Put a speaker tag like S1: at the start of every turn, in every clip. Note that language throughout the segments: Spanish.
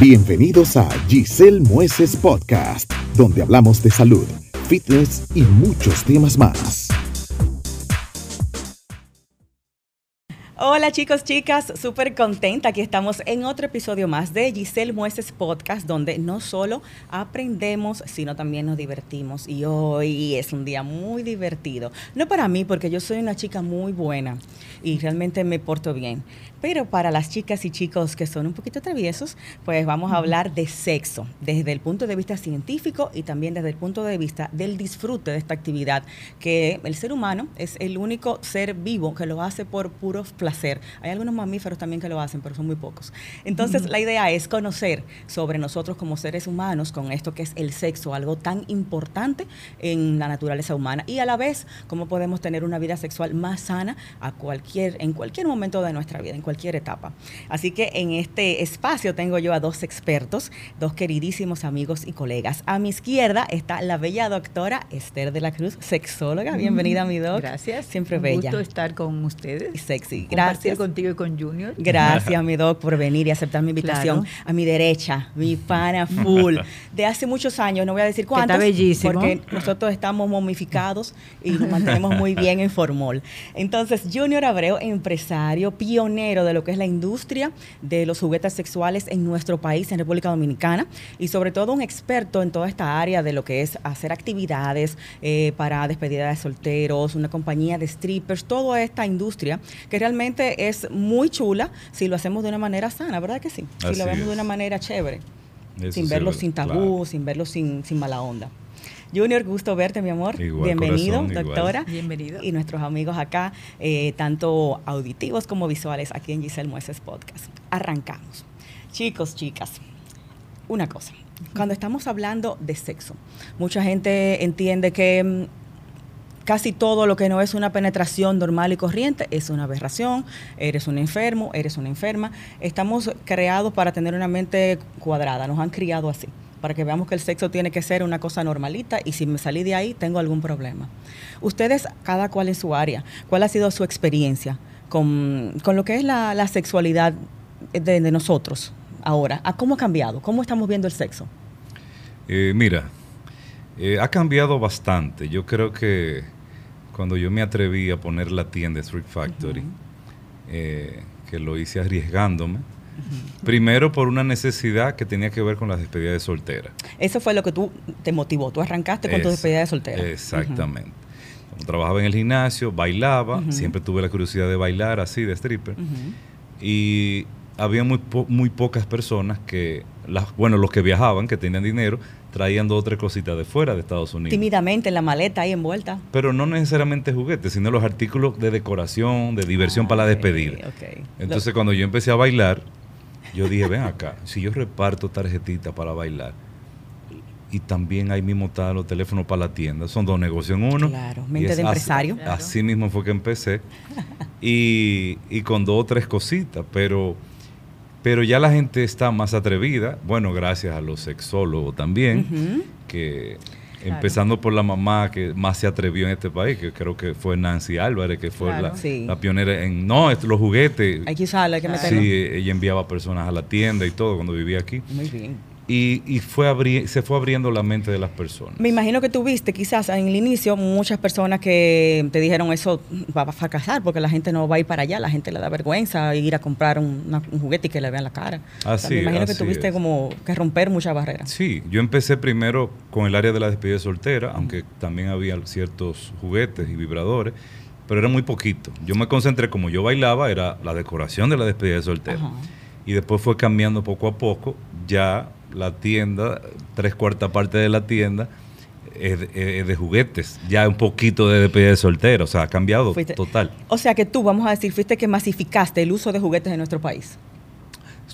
S1: Bienvenidos a Giselle Mueces Podcast, donde hablamos de salud, fitness y muchos temas más.
S2: Hola chicos, chicas, súper contenta. Aquí estamos en otro episodio más de Giselle Mueces Podcast, donde no solo aprendemos, sino también nos divertimos. Y hoy es un día muy divertido. No para mí, porque yo soy una chica muy buena y realmente me porto bien. Pero para las chicas y chicos que son un poquito traviesos, pues vamos a hablar de sexo, desde el punto de vista científico y también desde el punto de vista del disfrute de esta actividad, que el ser humano es el único ser vivo que lo hace por puro placer. Hay algunos mamíferos también que lo hacen, pero son muy pocos. Entonces, la idea es conocer sobre nosotros como seres humanos con esto que es el sexo, algo tan importante en la naturaleza humana y a la vez cómo podemos tener una vida sexual más sana a cualquier en cualquier momento de nuestra vida, en cualquier etapa. Así que en este espacio tengo yo a dos expertos, dos queridísimos amigos y colegas. A mi izquierda está la bella doctora Esther de la Cruz, sexóloga. Bienvenida, mi doc.
S3: Gracias.
S2: Siempre
S3: Un
S2: bella.
S3: gusto estar con ustedes.
S2: Y sexy.
S3: Compartir
S2: Gracias.
S3: contigo y con Junior.
S2: Gracias, mi doc, por venir y aceptar mi invitación.
S3: Claro.
S2: A mi derecha, mi pana full, de hace muchos años, no voy a decir
S3: está
S2: cuántos,
S3: bellísimo.
S2: porque nosotros estamos momificados y nos mantenemos muy bien en formol. Entonces, Junior Abreu, empresario, pionero de lo que es la industria de los juguetes sexuales en nuestro país, en República Dominicana, y sobre todo un experto en toda esta área de lo que es hacer actividades eh, para despedidas de solteros, una compañía de strippers, toda esta industria que realmente es muy chula si lo hacemos de una manera sana, ¿verdad que sí? Si
S4: Así
S2: lo vemos de
S4: es.
S2: una manera chévere
S4: Eso
S2: sin
S4: sí,
S2: verlo
S4: ¿verdad?
S2: sin tabú,
S4: Claro.
S2: sin verlo sin, sin mala onda. Junior, gusto verte, mi amor.
S4: Igual,
S2: Bienvenido,
S4: corazón, igual.
S2: doctora.
S3: Bienvenido.
S2: Y nuestros amigos acá, eh, tanto auditivos como visuales, aquí en Giselle Mueces Podcast. Arrancamos. Chicos, chicas, una cosa. Cuando estamos hablando de sexo, mucha gente entiende que mm, casi todo lo que no es una penetración normal y corriente es una aberración, eres un enfermo, eres una enferma. Estamos creados para tener una mente cuadrada, nos han criado así, para que veamos que el sexo tiene que ser una cosa normalita y si me salí de ahí tengo algún problema. Ustedes, cada cual en su área, ¿cuál ha sido su experiencia con, con lo que es la, la sexualidad de, de nosotros ahora? ¿A ¿Cómo ha cambiado? ¿Cómo estamos viendo el sexo?
S4: Eh, mira, eh, ha cambiado bastante. Yo creo que cuando yo me atreví a poner la tienda Street Factory, eh, que lo hice arriesgándome, primero por una necesidad que tenía que ver con las despedidas de soltera.
S2: Eso fue lo que tú te motivó, tú arrancaste con tu
S4: Es-
S2: despedida de soltera.
S4: Exactamente. Cuando trabajaba en el gimnasio, bailaba,
S2: Ujú.
S4: siempre tuve la curiosidad de bailar así, de stripper.
S2: Ujú.
S4: y había muy, po- muy pocas personas que, las, bueno, los que viajaban, que tenían dinero, traían dos o tres cositas de fuera de Estados Unidos.
S2: tímidamente en la maleta ahí envuelta.
S4: Pero no necesariamente juguetes, sino los artículos de decoración, de diversión
S2: Ah,
S4: para la
S2: ok,
S4: despedida.
S2: ok.
S4: Entonces, cuando yo empecé a bailar, yo dije, ven acá, si yo reparto tarjetitas para bailar, y también ahí mismo están los teléfonos para la tienda, son dos negocios en uno.
S2: Claro,
S4: Y
S2: mente
S4: es
S2: de
S4: así-
S2: empresario.
S4: Así, mismo fue que empecé. Y, y con dos o tres cositas, pero, pero ya la gente está más atrevida. Bueno, gracias a los sexólogos también,
S2: Ujú.
S4: que
S3: Claro.
S4: empezando por la mamá que más se atrevió en este país, que creo que fue Nancy Álvarez, que fue
S3: Claro.
S4: la,
S2: Sí.
S4: la pionera en, no, es- los juguetes.
S2: Hay que usarlo, hay que
S3: Claro.
S2: meterlo.
S4: Sí, ella enviaba personas a la tienda y todo cuando vivía aquí.
S2: Muy bien.
S4: Y, y fue abri- se fue abriendo la mente de las personas.
S2: Me imagino que tuviste quizás en el inicio muchas personas que te dijeron eso va a fracasar porque la gente no va a ir para allá, la gente le da vergüenza ir a comprar un, una- un juguete y que le vean la cara. O sea,
S4: Así,
S2: me imagino que
S4: así
S2: tuviste
S4: es.
S2: como que romper muchas barreras.
S4: Sí, yo empecé primero con el área de la despedida soltera, aunque también había ciertos juguetes y vibradores, pero era muy poquito. Yo me concentré, como yo bailaba, era la decoración de la despedida de soltera.
S2: Ajá.
S4: Y después fue cambiando poco a poco, ya la tienda, tres cuartas partes de la tienda, es de, es de juguetes, ya un poquito de despedida de soltera, o sea, ha cambiado
S2: Fuiste-
S4: total.
S2: O sea que tú, vamos a decir, fuiste que masificaste el uso de juguetes en nuestro país.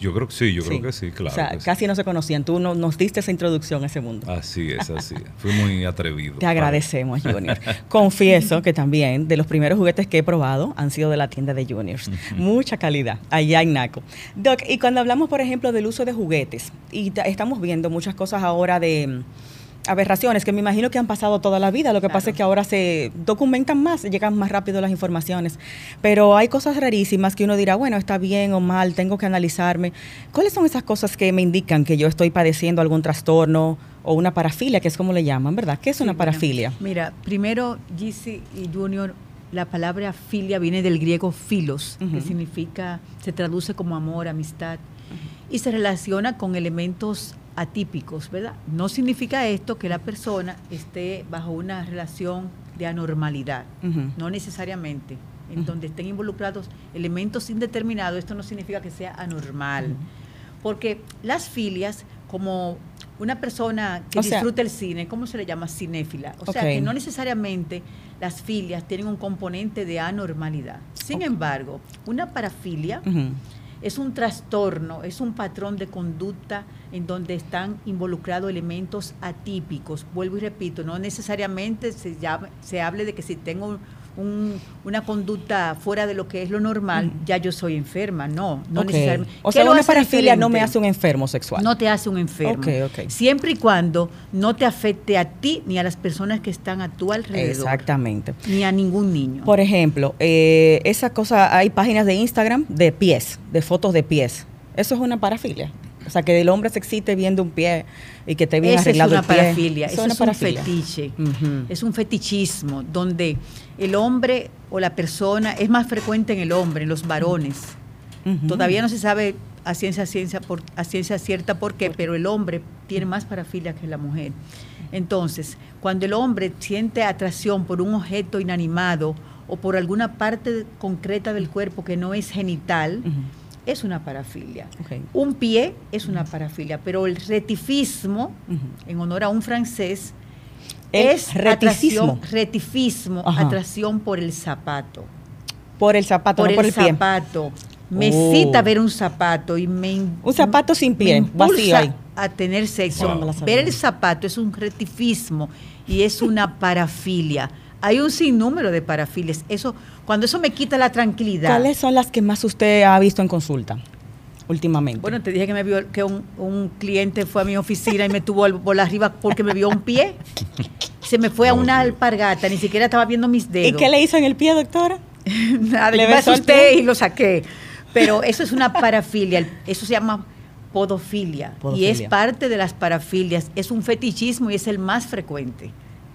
S4: Yo creo que sí, yo creo que sí, claro.
S2: O sea,
S4: que sí.
S2: casi no se conocían. Tú no- nos diste esa introducción a ese mundo.
S4: Así es, así es. Fui muy atrevido.
S2: Te agradecemos, Junior. Confieso que también de los primeros juguetes que he probado han sido de la tienda de Juniors. Mucha calidad, allá en Naco. Doc, y cuando hablamos, por ejemplo, del uso de juguetes, y ta- estamos viendo muchas cosas ahora de, aberraciones que me imagino que han pasado toda la vida. Lo que pasa es que ahora se documentan más, llegan más rápido las informaciones. Pero hay cosas rarísimas que uno dirá, bueno, está bien o mal, tengo que analizarme. ¿Cuáles son esas cosas que me indican que yo estoy padeciendo algún trastorno o una parafilia, que es como le llaman, ¿verdad? ¿Qué es
S3: Sí,
S2: una
S3: mira.
S2: parafilia?
S3: Mira, primero, Gizzy y Junior, la palabra filia viene del griego filos, que
S2: Ujú.
S3: significa, se traduce como amor, amistad, y se relaciona con elementos atípicos, ¿verdad? No significa esto que la persona esté bajo una relación de anormalidad,
S2: Ujú.
S3: no necesariamente. En
S2: Ujú.
S3: donde estén involucrados elementos indeterminados, esto no significa que sea anormal.
S2: Ujú.
S3: Porque las filias, como una persona que
S2: O sea-
S3: disfruta el cine, ¿cómo se le llama? Cinéfila. O sea,
S2: Ok.
S3: que no necesariamente las filias tienen un componente de anormalidad. Sin
S2: Ok.
S3: embargo, una parafilia
S2: Ujú.
S3: es un trastorno, es un patrón de conducta en donde están involucrados elementos atípicos. Vuelvo y repito, no necesariamente se, llama- se hable de que si tengo un- una conducta fuera de lo que es lo normal,
S2: Ujú.
S3: ya yo soy enferma. No, no
S2: Ok.
S3: necesariamente.
S2: O
S3: ¿Qué
S2: sea,
S3: lo
S2: una
S3: hace
S2: parafilia no me
S3: diferente?
S2: hace un enfermo sexual.
S3: No te hace un enfermo.
S2: Ok, ok.
S3: Siempre y cuando no te afecte a ti ni a las personas que están a tu alrededor.
S2: Exactamente.
S3: Ni a ningún niño.
S2: Por ejemplo, eh, esa cosa, hay páginas de Instagram de pies, de fotos de pies. Eso es una parafilia. O sea, que el hombre se excite viendo un pie y que te bien
S3: Esa es
S2: arreglado
S3: una
S2: el pie.
S3: parafilia,
S2: Eso
S3: eso
S2: es una
S3: es un
S2: parafilia.
S3: fetiche,
S2: Ujú.
S3: es un fetichismo donde el hombre o la persona es más frecuente en el hombre, en los varones.
S2: Ujú.
S3: Todavía no se sabe a ciencia, ciencia por, a ciencia cierta por qué, pero el hombre tiene más parafilia que la mujer. Entonces, cuando el hombre siente atracción por un objeto inanimado o por alguna parte concreta del cuerpo que no es genital,
S2: Ujú.
S3: es una parafilia.
S2: Ok.
S3: Un pie es una parafilia, pero el retifismo,
S2: Ujú.
S3: en honor a un francés,
S2: El
S3: es
S2: reticismo.
S3: atracción, retifismo,
S2: Ajá.
S3: atracción por el zapato
S2: Por el zapato,
S3: por
S2: no por
S3: el
S2: el pie.
S3: zapato. Me
S2: Oh.
S3: excita ver un zapato y me in-
S2: Un zapato sin pie,
S3: me impulsa
S2: vacío ahí.
S3: a tener sexo.
S4: Wow. No me la
S2: sabía.
S3: Ver el zapato es un retifismo y es una parafilia. Hay un sinnúmero de parafilias. Eso cuando eso me quita la tranquilidad.
S2: ¿Cuáles son las que más usted ha visto en consulta últimamente?
S3: Bueno, te dije que me vio que un, un cliente fue a mi oficina y me tuvo al- por arriba porque me vio un pie. Se me fue a
S4: Oh,
S3: una
S4: Dios.
S3: alpargata, ni siquiera estaba viendo mis
S2: ¿Y
S3: dedos.
S2: qué le hizo en el pie, doctora?
S3: Nada,
S2: ¿Le
S3: yo me
S2: besó el
S3: asusté
S2: pie?
S3: y lo saqué. Pero eso es una parafilia, el- eso se llama podofilia,
S2: Podofilia.
S3: y es parte de las parafilias, es un fetichismo y es el más frecuente,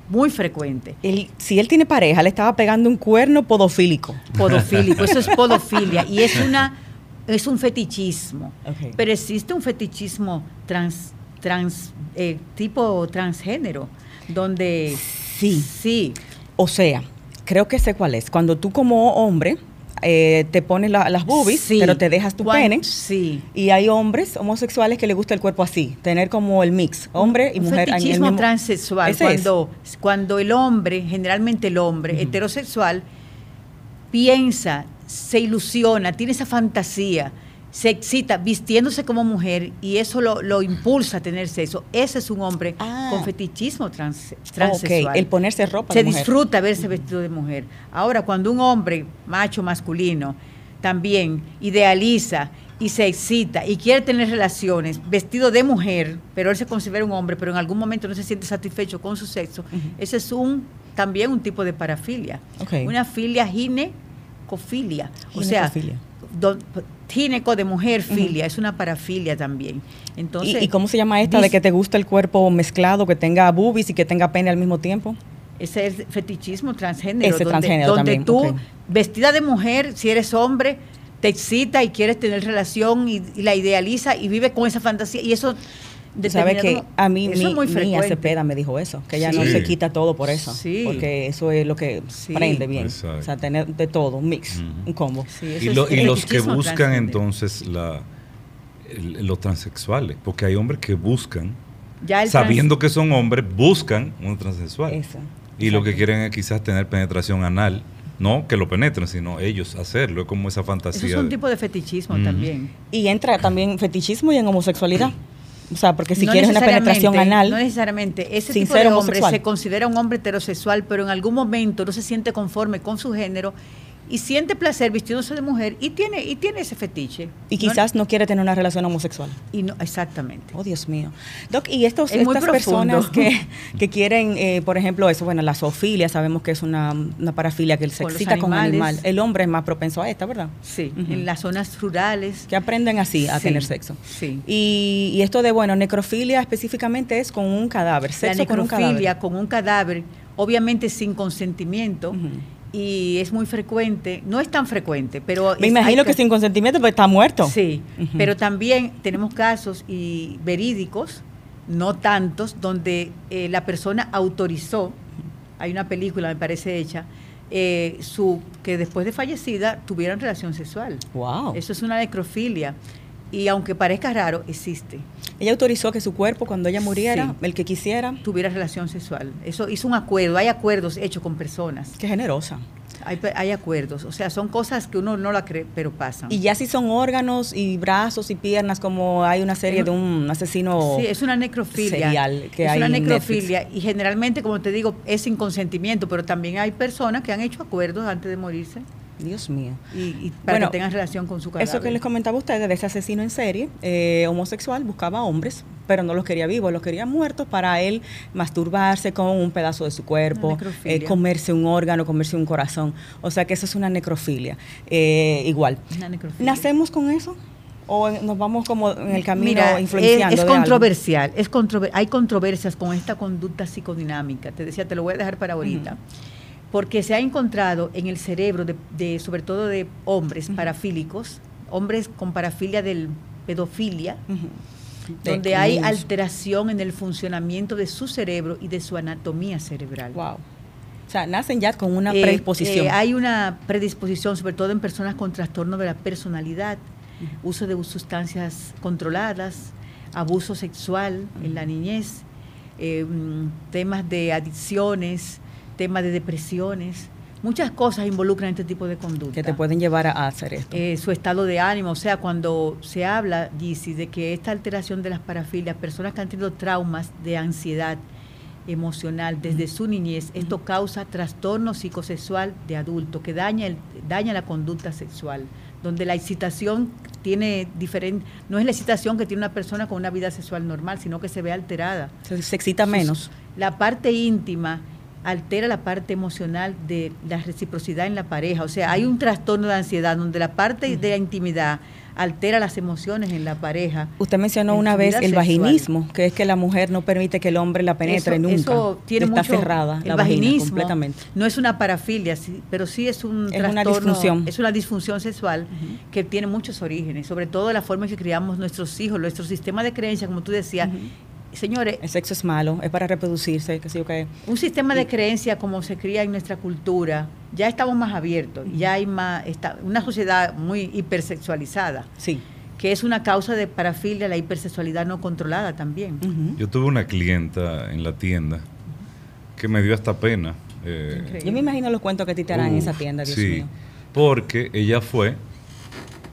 S3: muy frecuente.
S2: Él- si él tiene pareja, le estaba pegando un cuerno podofílico.
S3: Podofílico, eso es podofilia y es una es un fetichismo.
S2: Ok.
S3: Pero existe un fetichismo trans trans eh, tipo transgénero donde
S2: Sí.
S3: sí
S2: O sea, creo que sé cuál es. Cuando tú como hombre eh, te pones la- las boobies,
S3: sí.
S2: pero te dejas tu
S3: Cuan-
S2: pene.
S3: Sí.
S2: Y hay hombres homosexuales que les gusta el cuerpo así, tener como el mix, hombre y
S3: un
S2: mujer. en el
S3: fetichismo
S2: mismo-
S3: transexual
S2: Ese es.
S3: cuando cuando el hombre generalmente el hombre
S2: Ujú.
S3: heterosexual piensa se ilusiona tiene esa fantasía se excita vistiéndose como mujer y eso lo, lo impulsa a tener sexo ese es un hombre
S2: Ah.
S3: con fetichismo trans,
S2: Ok,
S3: transexual
S2: el ponerse ropa.
S3: se
S2: de mujer.
S3: disfruta verse vestido de mujer. Ahora, cuando un hombre macho masculino también idealiza y se excita y quiere tener relaciones vestido de mujer, pero él se considera un hombre, pero en algún momento no se siente satisfecho con su sexo, ese es un también un tipo de parafilia.
S2: Ok.
S3: Una filia ginecofilia, o sea,
S2: Ginecofilia.
S3: do- gineco de mujer filia, es una parafilia también. Entonces,
S2: ¿Y, y cómo se llama esta de
S3: dis-
S2: que te gusta el cuerpo mezclado, que tenga boobies y que tenga pene al mismo tiempo?
S3: Ese es fetichismo transgénero.
S2: Ese
S3: donde,
S2: transgénero
S3: donde
S2: también,
S3: tú,
S2: ok.
S3: vestida de mujer, si eres hombre, te excita y quieres tener relación y, y la idealiza y vive con esa fantasía. Y eso.
S2: Tú sabes que
S3: determinado-
S2: a mí
S3: eso
S2: mi, Mía Cepeda me dijo eso, que ella no
S4: Sí.
S2: se quita todo por eso,
S3: Sí.
S2: porque eso es lo que
S3: Sí.
S2: prende bien.
S4: Exacto.
S2: O sea, tener de todo, un mix,
S4: Ujú.
S2: un combo.
S3: Sí, eso
S4: Y,
S3: es
S4: lo- y los que
S3: fetichismo
S4: buscan
S3: transgénero.
S4: entonces la, el- los transexuales, porque hay hombres que buscan,
S3: Ya el trans-
S4: sabiendo que son hombres, buscan un transexual.
S2: Eso.
S4: Y lo
S2: Exacto.
S4: que quieren es quizás tener penetración anal, no que lo penetren, sino ellos hacerlo, es como esa fantasía.
S3: Eso es un
S4: de-
S3: tipo de fetichismo
S4: Ujú.
S3: también.
S2: Y entra también homosexualidad y en homosexualidad. O sea, porque si
S3: No
S2: quieres una penetración
S3: necesariamente,
S2: anal,
S3: No necesariamente. Ese
S2: sin
S3: tipo
S2: ser
S3: de hombre
S2: homosexual.
S3: se considera un hombre heterosexual, pero en algún momento no se siente conforme con su género y siente placer vistiéndose de mujer y tiene, y tiene ese fetiche.
S2: Y quizás no, quiere tener una relación homosexual.
S3: Y no, exactamente.
S2: Oh, Dios mío. Doc, y estos,
S3: Es muy
S2: estas
S3: profundo.
S2: personas que, que quieren, eh, por ejemplo, eso, bueno, la zoofilia, sabemos que es una, una parafilia que se
S3: Con los
S2: excita con un
S3: animales.
S2: animal. El hombre es más propenso a esta, ¿verdad?
S3: Sí,
S2: Ujú.
S3: en las zonas rurales.
S2: Que aprenden así a
S3: Sí,
S2: tener sexo.
S3: Sí.
S2: Y, y esto de, bueno, necrofilia específicamente es con un cadáver,
S3: la
S2: sexo con un cadáver.
S3: necrofilia con un cadáver, obviamente sin consentimiento,
S2: Ujú.
S3: y es muy frecuente, no es tan frecuente, pero...
S2: Me
S3: es-
S2: imagino
S3: hay
S2: que
S3: ca-
S2: sin consentimiento, pues está muerto.
S3: Sí,
S2: Ujú.
S3: pero también tenemos casos y verídicos, no tantos, donde eh, la persona autorizó, hay una película, me parece hecha, eh, su que después de fallecida tuvieran relación sexual.
S2: Wow.
S3: Eso es una necrofilia. Y aunque parezca raro, existe.
S2: Ella autorizó que su cuerpo, cuando ella muriera,
S3: Sí.
S2: el que quisiera,
S3: Tuviera relación sexual. Eso hizo un acuerdo. Hay acuerdos hechos con personas.
S2: qué generosa.
S3: Hay, pe- hay acuerdos. O sea, son cosas que uno no la cree, pero pasan.
S2: Y ya si son órganos y brazos y piernas, como hay una serie de un asesino.
S3: Sí, es una necrofilia.
S2: serial Oh, que
S3: es
S2: hay
S3: una
S2: en
S3: necrofilia y generalmente, como te digo, es sin consentimiento, pero también hay personas que han hecho acuerdos antes de morirse
S2: Dios mío.
S3: y, y para
S2: Bueno,
S3: que tengan relación con su cadáver.
S2: Eso que les comentaba a ustedes de ese asesino en serie, eh, homosexual, buscaba hombres, pero no los quería vivos, los quería muertos para él masturbarse con un pedazo de su
S3: Una
S2: cuerpo,
S3: necrofilia.
S2: eh, comerse un órgano, comerse un corazón. O sea que eso es una necrofilia. eh, igual.
S3: Una necrofilia.
S2: ¿Nacemos con eso? ¿O nos vamos como en el camino
S3: Mira, es-
S2: influenciando?
S3: es,
S2: de algo?
S3: controversial, es controver- hay controversias con esta conducta psicodinámica. Te decía, te lo voy a dejar para ahorita. Porque se ha encontrado en el cerebro, de, de- sobre todo de hombres parafílicos, hombres con parafilia del pedofilia,
S2: Ujú. De
S3: donde hay
S2: niños.
S3: alteración en el funcionamiento de su cerebro y de su anatomía cerebral.
S2: Wow. O sea, nacen ya con una
S3: Eh,
S2: predisposición.
S3: eh, hay una predisposición, sobre todo en personas con trastorno de la personalidad, uso de sustancias controladas, abuso sexual en la niñez, eh, mm, temas de adicciones, temas de depresiones. Muchas cosas involucran este tipo de conducta.
S2: que te pueden llevar a a hacer esto.
S3: Eh, su estado de ánimo. O sea, cuando se habla, Gisi, de que esta alteración de las parafilias, personas que han tenido traumas de ansiedad emocional desde su niñez, esto causa trastorno psicosexual de adulto, que daña, el, daña la conducta sexual, donde la excitación tiene diferente, no es la excitación que tiene una persona con una vida sexual normal, sino que se ve alterada.
S2: se, se excita menos.
S3: La parte íntima altera la parte emocional de la reciprocidad en la pareja. O sea, hay un trastorno de ansiedad donde la parte de la intimidad altera las emociones en la pareja.
S2: Usted mencionó una vez el
S3: Intimidad sexual.
S2: vaginismo, que es que la mujer no permite que el hombre la penetre
S3: Eso-
S2: nunca.
S3: eso tiene
S2: Está
S3: mucho-
S2: cerrada
S3: el
S2: la vagina
S3: vaginismo
S2: completamente.
S3: No es una parafilia, sí, pero sí es un
S2: Es una
S3: trastorno,
S2: disfunción.
S3: Es una disfunción sexual que tiene muchos orígenes, sobre todo la forma en que criamos nuestros hijos, nuestro sistema de creencias, como tú decías. Señores,
S2: El sexo es malo, es para reproducirse, que sé yo qué.
S3: Un sistema de creencia como se cría en nuestra cultura, ya estamos más abiertos, ya hay más, está, una sociedad muy hipersexualizada,
S2: Sí.
S3: que es una causa de parafilia, la hipersexualidad no controlada también.
S2: Ujú.
S4: Yo tuve una clienta en la tienda que me dio hasta pena. eh,
S3: Increíble.
S2: Yo me imagino los cuentos que a ti te harán en esa
S4: Uf,
S2: tienda, Dios
S4: sí,
S2: mío.
S4: Porque ella fue,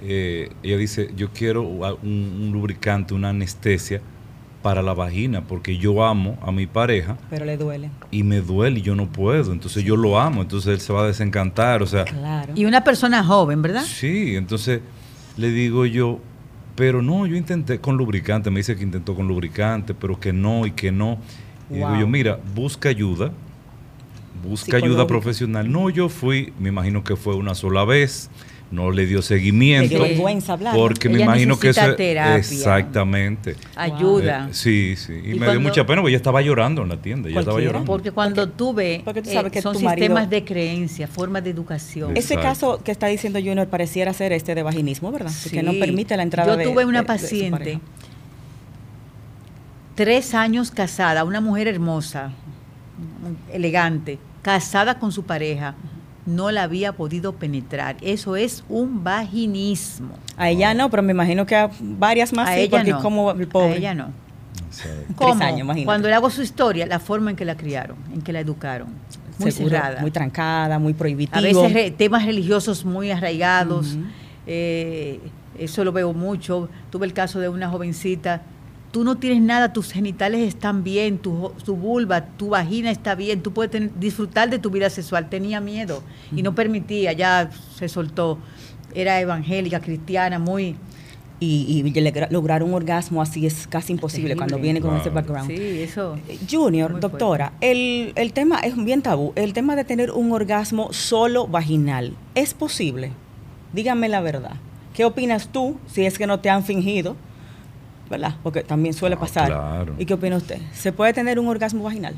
S4: eh, ella dice, yo quiero a- un, un lubricante, una anestesia para la vagina, porque yo amo a mi pareja
S2: Pero le duele.
S4: y me duele y yo no puedo, entonces yo lo amo, entonces él se va a desencantar, o sea,
S2: Claro.
S3: Y una persona joven, ¿verdad?
S4: sí, entonces le digo yo, pero no, yo intenté con lubricante, me dice que intentó con lubricante, pero que no y que no. Y digo
S2: Wow.
S4: yo, mira, busca ayuda, busca
S2: Psicológica.
S4: ayuda profesional. No, yo fui, me imagino que fue una sola vez, no le dio seguimiento.
S2: Le dio vergüenza hablar, ¿no?
S4: Porque me
S3: Ella
S4: imagino que eso...
S3: necesita terapia.
S4: Exactamente.
S3: Ayuda.
S4: Eh, sí, sí. Y,
S3: Y
S4: me dio
S3: cuando-
S4: mucha pena, porque ella estaba llorando en la tienda, ella estaba
S2: Cualquiera.
S4: llorando.
S3: Porque cuando tú ves, eh,
S2: porque tú sabes que
S3: son
S2: tu marido-
S3: sistemas de creencia, formas de educación.
S2: Ese
S4: Exacto.
S2: caso que está diciendo Junior pareciera ser este de vaginismo, ¿verdad?
S3: Sí.
S2: Que no permite la entrada
S3: Yo
S2: de
S3: tuve una
S2: de- de su
S3: paciente,
S2: pareja.
S3: tres años casada, una mujer hermosa, elegante, casada con su pareja, no la había podido penetrar. Eso es un vaginismo.
S2: A ella no, pero me imagino que a varias más
S3: a
S2: sí,
S3: ella
S2: porque
S3: no.
S2: como el pobre.
S3: A ella no.
S4: Exacto.
S2: Tres años, imagínate.
S3: Cuando le hago su historia, la forma en que la criaron, en que la educaron, muy
S2: Seguro,
S3: cerrada.
S2: Muy trancada, muy prohibitiva.
S3: a veces re- temas religiosos muy arraigados.
S2: Ujú.
S3: eh, eso lo veo mucho. Tuve el caso de una jovencita. tú no tienes nada, tus genitales están bien, tu, tu vulva, tu vagina está bien, tú puedes tener, disfrutar de tu vida sexual. Tenía miedo y no permitía, ya se soltó. Era evangélica, cristiana, muy...
S2: Y, y le- lograr un orgasmo así es casi imposible
S3: Terrible.
S2: cuando viene con
S4: Wow.
S2: ese background.
S3: Sí, eso...
S2: Junior,
S3: Muy
S2: doctora, el, el tema es bien tabú, el tema de tener un orgasmo solo vaginal, ¿es posible? Dígame la verdad. ¿Qué opinas tú si es que no te han fingido? ¿Verdad? Porque también suele
S4: Ah,
S2: pasar.
S4: claro.
S2: ¿Y qué opina usted? ¿Se puede tener un orgasmo vaginal?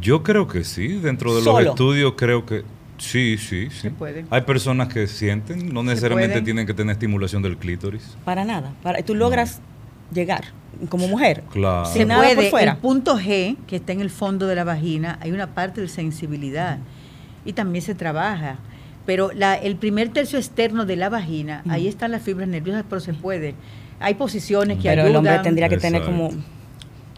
S4: Yo creo que sí, dentro de los
S2: Solo.
S4: estudios creo que sí, sí, sí.
S3: Se puede.
S4: Hay personas que sienten, no necesariamente
S3: puede.
S4: tienen que tener estimulación del clítoris.
S2: Para nada. Para, tú logras llegar como mujer.
S4: Claro.
S2: Sin
S3: se
S2: nada
S3: puede,
S2: por fuera.
S3: el punto G, que está en el fondo de la vagina, hay una parte de sensibilidad y también se trabaja. Pero la- el primer tercio externo de la vagina,
S2: Mm.
S3: ahí están las fibras nerviosas, pero se puede. Hay posiciones que
S2: Pero el
S3: ayudan,
S2: hombre tendría que tener
S4: Exacto.
S2: como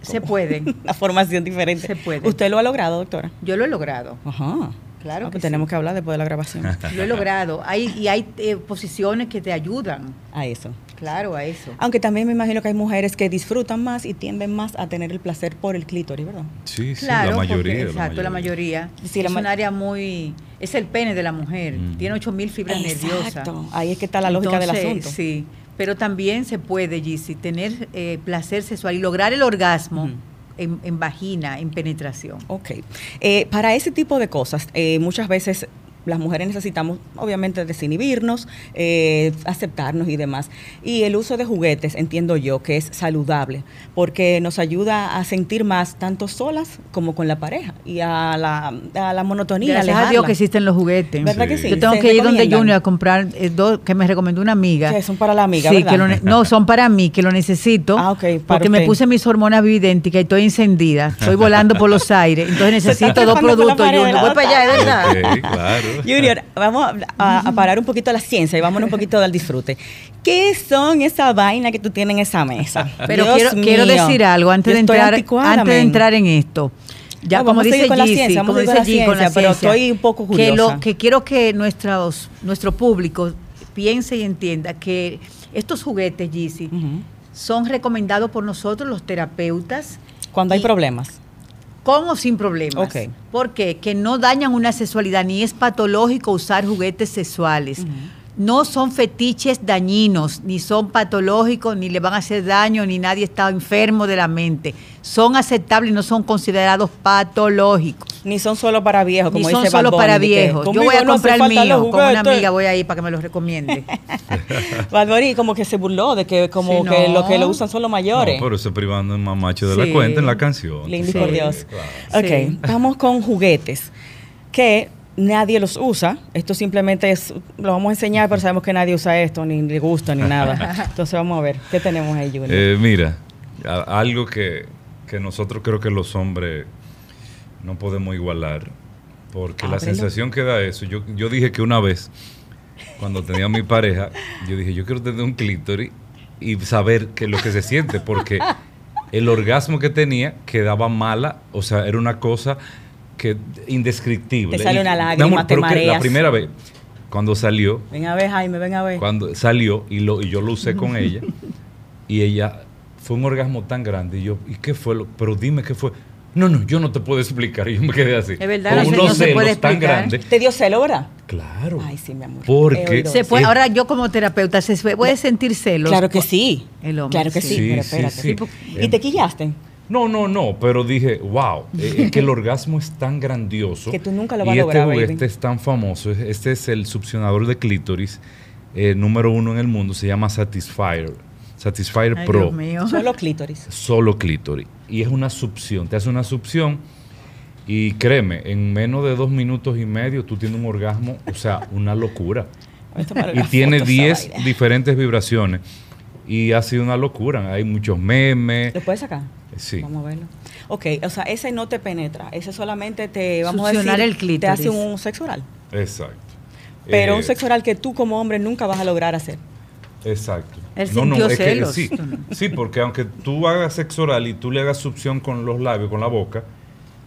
S3: se pueden.
S2: una formación diferente.
S3: Se puede.
S2: ¿Usted lo ha logrado, doctora?
S3: Yo lo he logrado.
S2: Ajá.
S3: Claro
S2: Ah,
S3: que
S2: pues tenemos
S3: sí.
S2: que hablar después de la grabación
S3: Lo he logrado. Hay, y hay eh, posiciones que te ayudan,
S2: a eso.
S3: claro, a eso.
S4: Ah,
S2: Aunque también me imagino que hay mujeres que disfrutan más y tienden más a tener el placer por el clítoris, ¿verdad?
S4: Sí, sí,
S3: Claro,
S4: la mayoría.
S3: porque, exacto, la mayoría.
S2: Sí, la
S3: es
S2: ma-
S3: un área muy. Es el pene de la mujer.
S4: Mm.
S3: Tiene 8000 fibras nerviosas.
S2: Exacto. Ahí es que está la lógica
S3: Entonces,
S2: del asunto.
S3: Sí, pero también se puede, Gizzy, tener eh, placer sexual y lograr el orgasmo
S2: Ujú.
S3: en, en vagina, en penetración.
S2: Ok. Eh, para ese tipo de cosas, eh, muchas veces las mujeres necesitamos, obviamente, desinhibirnos, eh, aceptarnos y demás. Y el uso de juguetes, entiendo yo, que es saludable, porque nos ayuda a sentir más, tanto solas como con la pareja, y a la, a la monotonía.
S3: Gracias a
S2: alejarla.
S3: Dios que existen los juguetes.
S2: ¿Verdad
S4: que sí?
S3: Yo tengo
S2: Se
S3: que ir donde
S2: recomiendan.
S3: Junior a comprar eh, dos que me recomendó una amiga.
S2: Que son para la amiga,
S3: Sí,
S2: ¿verdad?
S3: que lo ne- no, son para mí, que lo necesito.
S2: Ah, ok, para
S3: porque me
S2: usted.
S3: puse mis hormonas bioidénticas y estoy encendida. Estoy volando por los aires. Entonces
S2: Se está
S3: necesito dos
S2: trepando por la
S3: productos,
S2: pared de
S3: Junior.
S2: la
S3: Voy para allá, es verdad.
S4: Ok, claro.
S2: Junior, vamos a- a, a parar un poquito a la ciencia y vámonos un poquito al disfrute. ¿Qué son esas vainas que tú tienes en esa mesa?
S3: Pero
S2: Dios
S3: quiero, quiero
S2: mío.
S3: decir algo antes
S2: Yo
S3: de
S2: estoy
S3: entrar
S2: anticuada,
S3: antes de
S2: men.
S3: entrar en esto. Ya
S2: No,
S3: como
S2: vamos a seguir
S3: dice
S2: con la
S3: Gizzy,
S2: ciencia, vamos
S3: como
S2: a seguir
S3: dice
S2: con la
S3: Gizzy, con la
S2: ciencia, pero
S3: ciencia,
S2: estoy un poco
S3: Que,
S2: curiosa.
S3: lo, que quiero que nuestros, nuestro público piense y entienda que estos juguetes, Gizzy,
S2: Ujú.
S3: son recomendados por nosotros los terapeutas
S2: Cuando hay
S3: Y-
S2: problemas.
S3: con o sin problemas.
S2: Ok.
S3: Porque que no dañan una sexualidad ni es patológico usar juguetes sexuales. No son fetiches dañinos, ni son patológicos, ni le van a hacer daño, ni nadie está enfermo de la mente. Son aceptables y no son considerados patológicos.
S2: Ni son solo para viejos, como dice
S3: ni son
S2: Bad
S3: solo
S2: Bunny,
S3: para
S2: de que
S3: viejos. Yo
S2: conmigo
S3: voy a
S2: no hace
S3: comprar el
S2: falta los
S3: mío. Con una
S2: juguetes.
S3: amiga voy a ir para que me los recomiende.
S2: Bad Bunny como que se burló de que como
S3: Sí,
S2: que
S3: no.
S2: lo que lo usan son los mayores.
S4: No, pero se privando en mamacho de
S3: Sí.
S4: la cuenta en la canción.
S2: Lindo y
S4: Sí,
S2: por Dios.
S4: claro.
S2: Ok,
S3: Sí.
S2: vamos con juguetes que nadie los usa. Esto simplemente es, lo vamos a enseñar, pero sabemos que nadie usa esto, ni le gusta, ni nada. Entonces vamos a ver, ¿qué tenemos ahí, Junior?
S4: Eh, mira, a- algo que, que nosotros creo que los hombres no podemos igualar, porque la
S2: Ábrelo.
S4: sensación que da eso, yo, yo dije que una vez, cuando tenía mi pareja, yo dije, yo quiero tener un clítoris y saber que lo que se siente, porque el orgasmo que tenía quedaba mala, o sea, era una cosa que indescriptible.
S2: Te sale
S4: Y-
S2: una
S4: mi
S2: lágrima,
S4: amor,
S2: te
S4: pero que La
S2: mareas.
S4: primera vez, cuando salió,
S2: Ven a ver, Jaime, ven a ver.
S4: cuando salió y, lo, y yo lo usé con ella y ella fue un orgasmo tan grande y yo y qué fue lo pero dime qué fue no no yo no te puedo explicar y yo me quedé así
S3: Es verdad, no
S4: con
S3: se-
S4: unos
S3: no se puede
S4: celos tan
S3: explicar.
S4: grandes
S2: ¿Te dio celo, verdad?
S4: claro
S2: Ay, sí, mi amor. He
S4: Uh, porque
S2: oído
S3: Se puede-
S4: es-
S3: ahora yo como terapeuta, ¿se puede sentir celos?
S2: Claro que sí.
S3: El hombre,
S2: claro que sí, pero
S4: sí. Sí, Em. sí,
S2: espérate.
S4: sí.
S2: ¿Y te quillaste?
S4: no no no pero dije wow eh, es que el orgasmo es tan grandioso
S2: Que tú nunca lo vas
S4: y
S2: a lograr,
S4: este
S2: baby.
S4: juguete es tan famoso es- este es el succionador de clítoris eh, número uno en el mundo se llama Satisfyer Satisfyer
S3: Ay,
S4: Pro
S3: Dios mío.
S2: Solo clítoris.
S4: solo clítoris. Y es una succión. Te hace una succión y créeme, en menos de dos minutos y medio tú tienes un orgasmo, o sea, una locura.
S2: Voy a tomar
S4: Y
S2: una
S4: tiene
S2: foto a esa
S4: 10
S2: vaina.
S4: diferentes vibraciones. Y ha sido una locura. Hay muchos memes.
S2: ¿Lo puedes sacar?
S4: Sí.
S2: Vamos a verlo. Ok, o sea, ese no te penetra. Ese solamente te, vamos
S3: Succionar
S2: a decir,
S3: el clítoris.
S2: te hace un sexo oral.
S4: Exacto.
S2: Pero
S4: Eh,
S2: un sexo oral que tú como hombre nunca vas a lograr hacer.
S4: Exacto.
S3: Él sintió celos.
S4: sí, sí, porque aunque tú hagas sexo oral y tú le hagas succión con los labios, con la boca,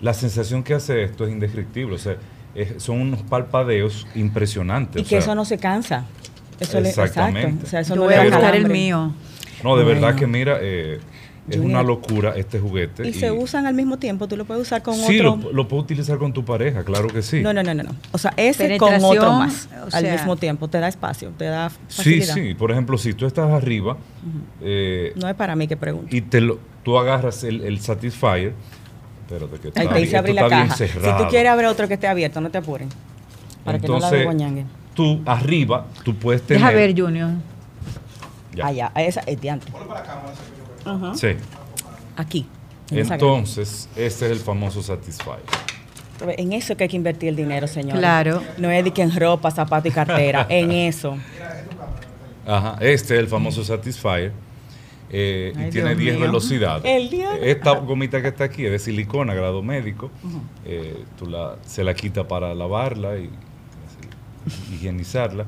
S4: la sensación que hace esto es indescriptible. O sea, es- son unos palpadeos impresionantes.
S2: Y
S4: o
S2: que
S4: sea,
S2: eso no se cansa. Eso le-
S4: Exactamente.
S2: exacto. O sea, eso
S3: Yo
S2: no
S3: voy
S2: le
S3: a
S2: da
S4: Pero-
S3: buscar el
S2: calambre.
S3: mío.
S4: No, de verdad
S2: Bueno.
S4: que mira, eh, es
S2: Juliet.
S4: una locura este juguete.
S2: Y se usan al mismo tiempo, tú lo puedes usar con
S4: Sí,
S2: otro.
S4: lo, lo puedes utilizar con tu pareja, claro que sí.
S2: No, no, no, no, no. O sea, ese con otro
S3: Penetración,
S2: más
S3: o
S2: al
S3: sea-
S2: mismo tiempo. Te da espacio, te da
S4: sí,
S2: facilidad.
S4: sí. Por ejemplo, si tú estás arriba eh,
S2: No es para mí que pregunto.
S4: y te lo, tú agarras el, el Satisfyer, espérate que está,
S2: Ahí te dice
S4: esto
S2: abrir la
S4: está bien
S2: caja. Si
S4: cerrado.
S2: tú quieres abrir otro que esté abierto, no te apuren. Para que no la
S4: Entonces,
S2: desguañanguen.
S4: Tú arriba, tú puedes tener.
S3: Deja ver, Junior.
S4: Ya.
S2: Allá, Ah, esa es de antes. Ujú.
S4: Sí.
S2: Aquí. en esa grande.
S4: Entonces, este es el famoso Satisfyer.
S2: En eso que hay que invertir el dinero, señor.
S3: Claro.
S2: No es de que en ropa, zapato y cartera. en eso.
S4: Ajá, este es el famoso
S2: Mm.
S4: Satisfyer. eh,
S3: Ay,
S4: y tiene
S3: Dios
S4: 10
S3: mío.
S4: velocidades.
S2: El día-
S4: Esta gomita que está aquí es de silicona, grado médico. Eh, tú la, se la quita para lavarla y así, higienizarla.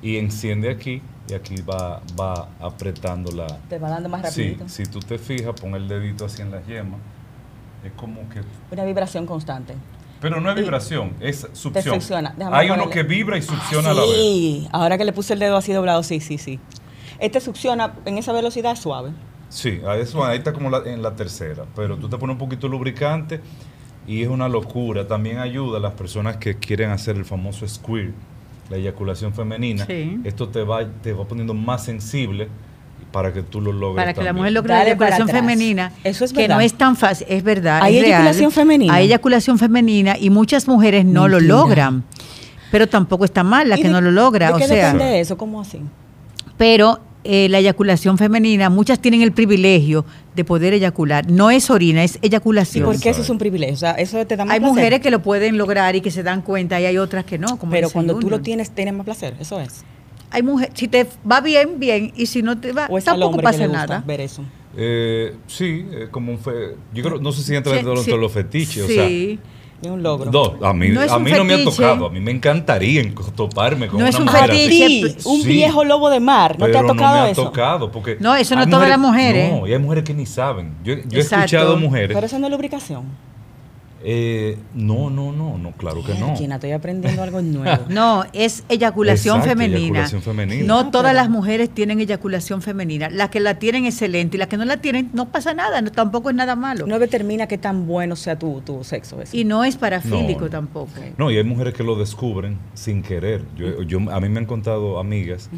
S4: Y enciende aquí y aquí va, va apretando la...
S2: Te va dando más
S4: Sí,
S2: rapidito.
S4: si tú te fijas, pon el dedito así en la yema. Es como que...
S2: Una vibración constante.
S4: Pero no es vibración, es
S2: Te
S4: succión.
S2: succiona. Déjame
S4: Hay uno
S2: ponerle-
S4: que vibra y succiona
S2: Ah,
S4: a la vez.
S2: Sí, ahora que le puse el dedo así doblado, sí, sí, sí. Este succiona en esa velocidad suave.
S4: Sí, a eso, ahí está como la- en la tercera, pero tú te pones un poquito de lubricante y es una locura. También ayuda a las personas que quieren hacer el famoso squirt, la eyaculación femenina.
S3: Sí.
S4: Esto te va, te va poniendo más sensible para que tú lo logres.
S3: Para que la
S4: también.
S3: mujer logre la
S2: Dale para
S3: eyaculación
S2: atrás.
S3: femenina,
S2: Eso es
S3: que no
S2: verdad.
S3: es tan fácil, es verdad.
S2: Hay
S3: es real.
S2: eyaculación femenina.
S3: Hay eyaculación femenina y muchas mujeres no lo
S2: Mentira.
S3: logran. Pero tampoco está mal la
S2: ¿Y
S3: que
S2: de-
S3: no lo logra.
S2: ¿De
S3: o
S2: qué
S3: sea,
S2: depende de eso? ¿Cómo así?
S3: pero eh, la eyaculación femenina, muchas tienen el privilegio de poder eyacular. No es orina, es
S2: ¿Y
S3: eyaculación.
S2: por qué eso es un privilegio? O sea, eso te da más
S3: Hay
S2: placer.
S3: mujeres que lo pueden lograr y que se dan cuenta y hay otras que no. Como
S2: Pero
S3: dice
S2: cuando tú
S3: Junior.
S2: lo tienes, tienes más placer. Eso es.
S3: Hay mujeres, si te va bien, bien, y si no te va,
S2: O es al
S3: Ah, tampoco
S2: hombre que
S3: pasa
S2: le gusta
S3: nada.
S2: ver eso.
S4: Eh, sí, es como un fe- yo creo, no sé si entra
S3: Sí,
S4: dentro
S3: sí.
S4: de los fetiches,
S3: Sí.
S2: Es un logro.
S4: o sea, no, a mí,
S3: No es
S4: a
S3: un
S4: mí no me ha
S3: fetiche.
S4: tocado, a mí me encantaría enco- toparme con
S3: No
S4: una
S3: es un
S4: mujer así.
S3: fetiche,
S2: Sí, un
S4: Sí.
S2: viejo lobo de mar. ¿No te
S4: Pero
S2: ha tocado
S4: no me ha
S2: eso?
S4: tocado porque
S3: No, eso no
S4: hay
S3: es todas las mujeres.
S4: No, y hay mujeres que ni saben. Yo, yo he
S3: ¿eh? Exacto.
S4: escuchado mujeres.
S2: Pero eso no es lubricación.
S4: eh, no, no, no, no, claro que no.
S2: Virginia, estoy aprendiendo algo nuevo.
S3: No, es eyaculación
S4: Exacto,
S3: femenina.
S4: eyaculación femenina.
S3: No
S2: Ah,
S3: todas
S2: pero-
S3: las mujeres tienen eyaculación femenina. Las que la tienen, excelente. Y las que no la tienen, no pasa nada. no- tampoco es nada malo.
S2: No determina qué tan bueno sea tu, tu sexo. eso.
S3: y no es parafílico
S4: No, no.
S3: tampoco.
S4: No, y hay mujeres que lo descubren sin querer.
S2: Mm.
S4: Yo, yo- a mí me han contado amigas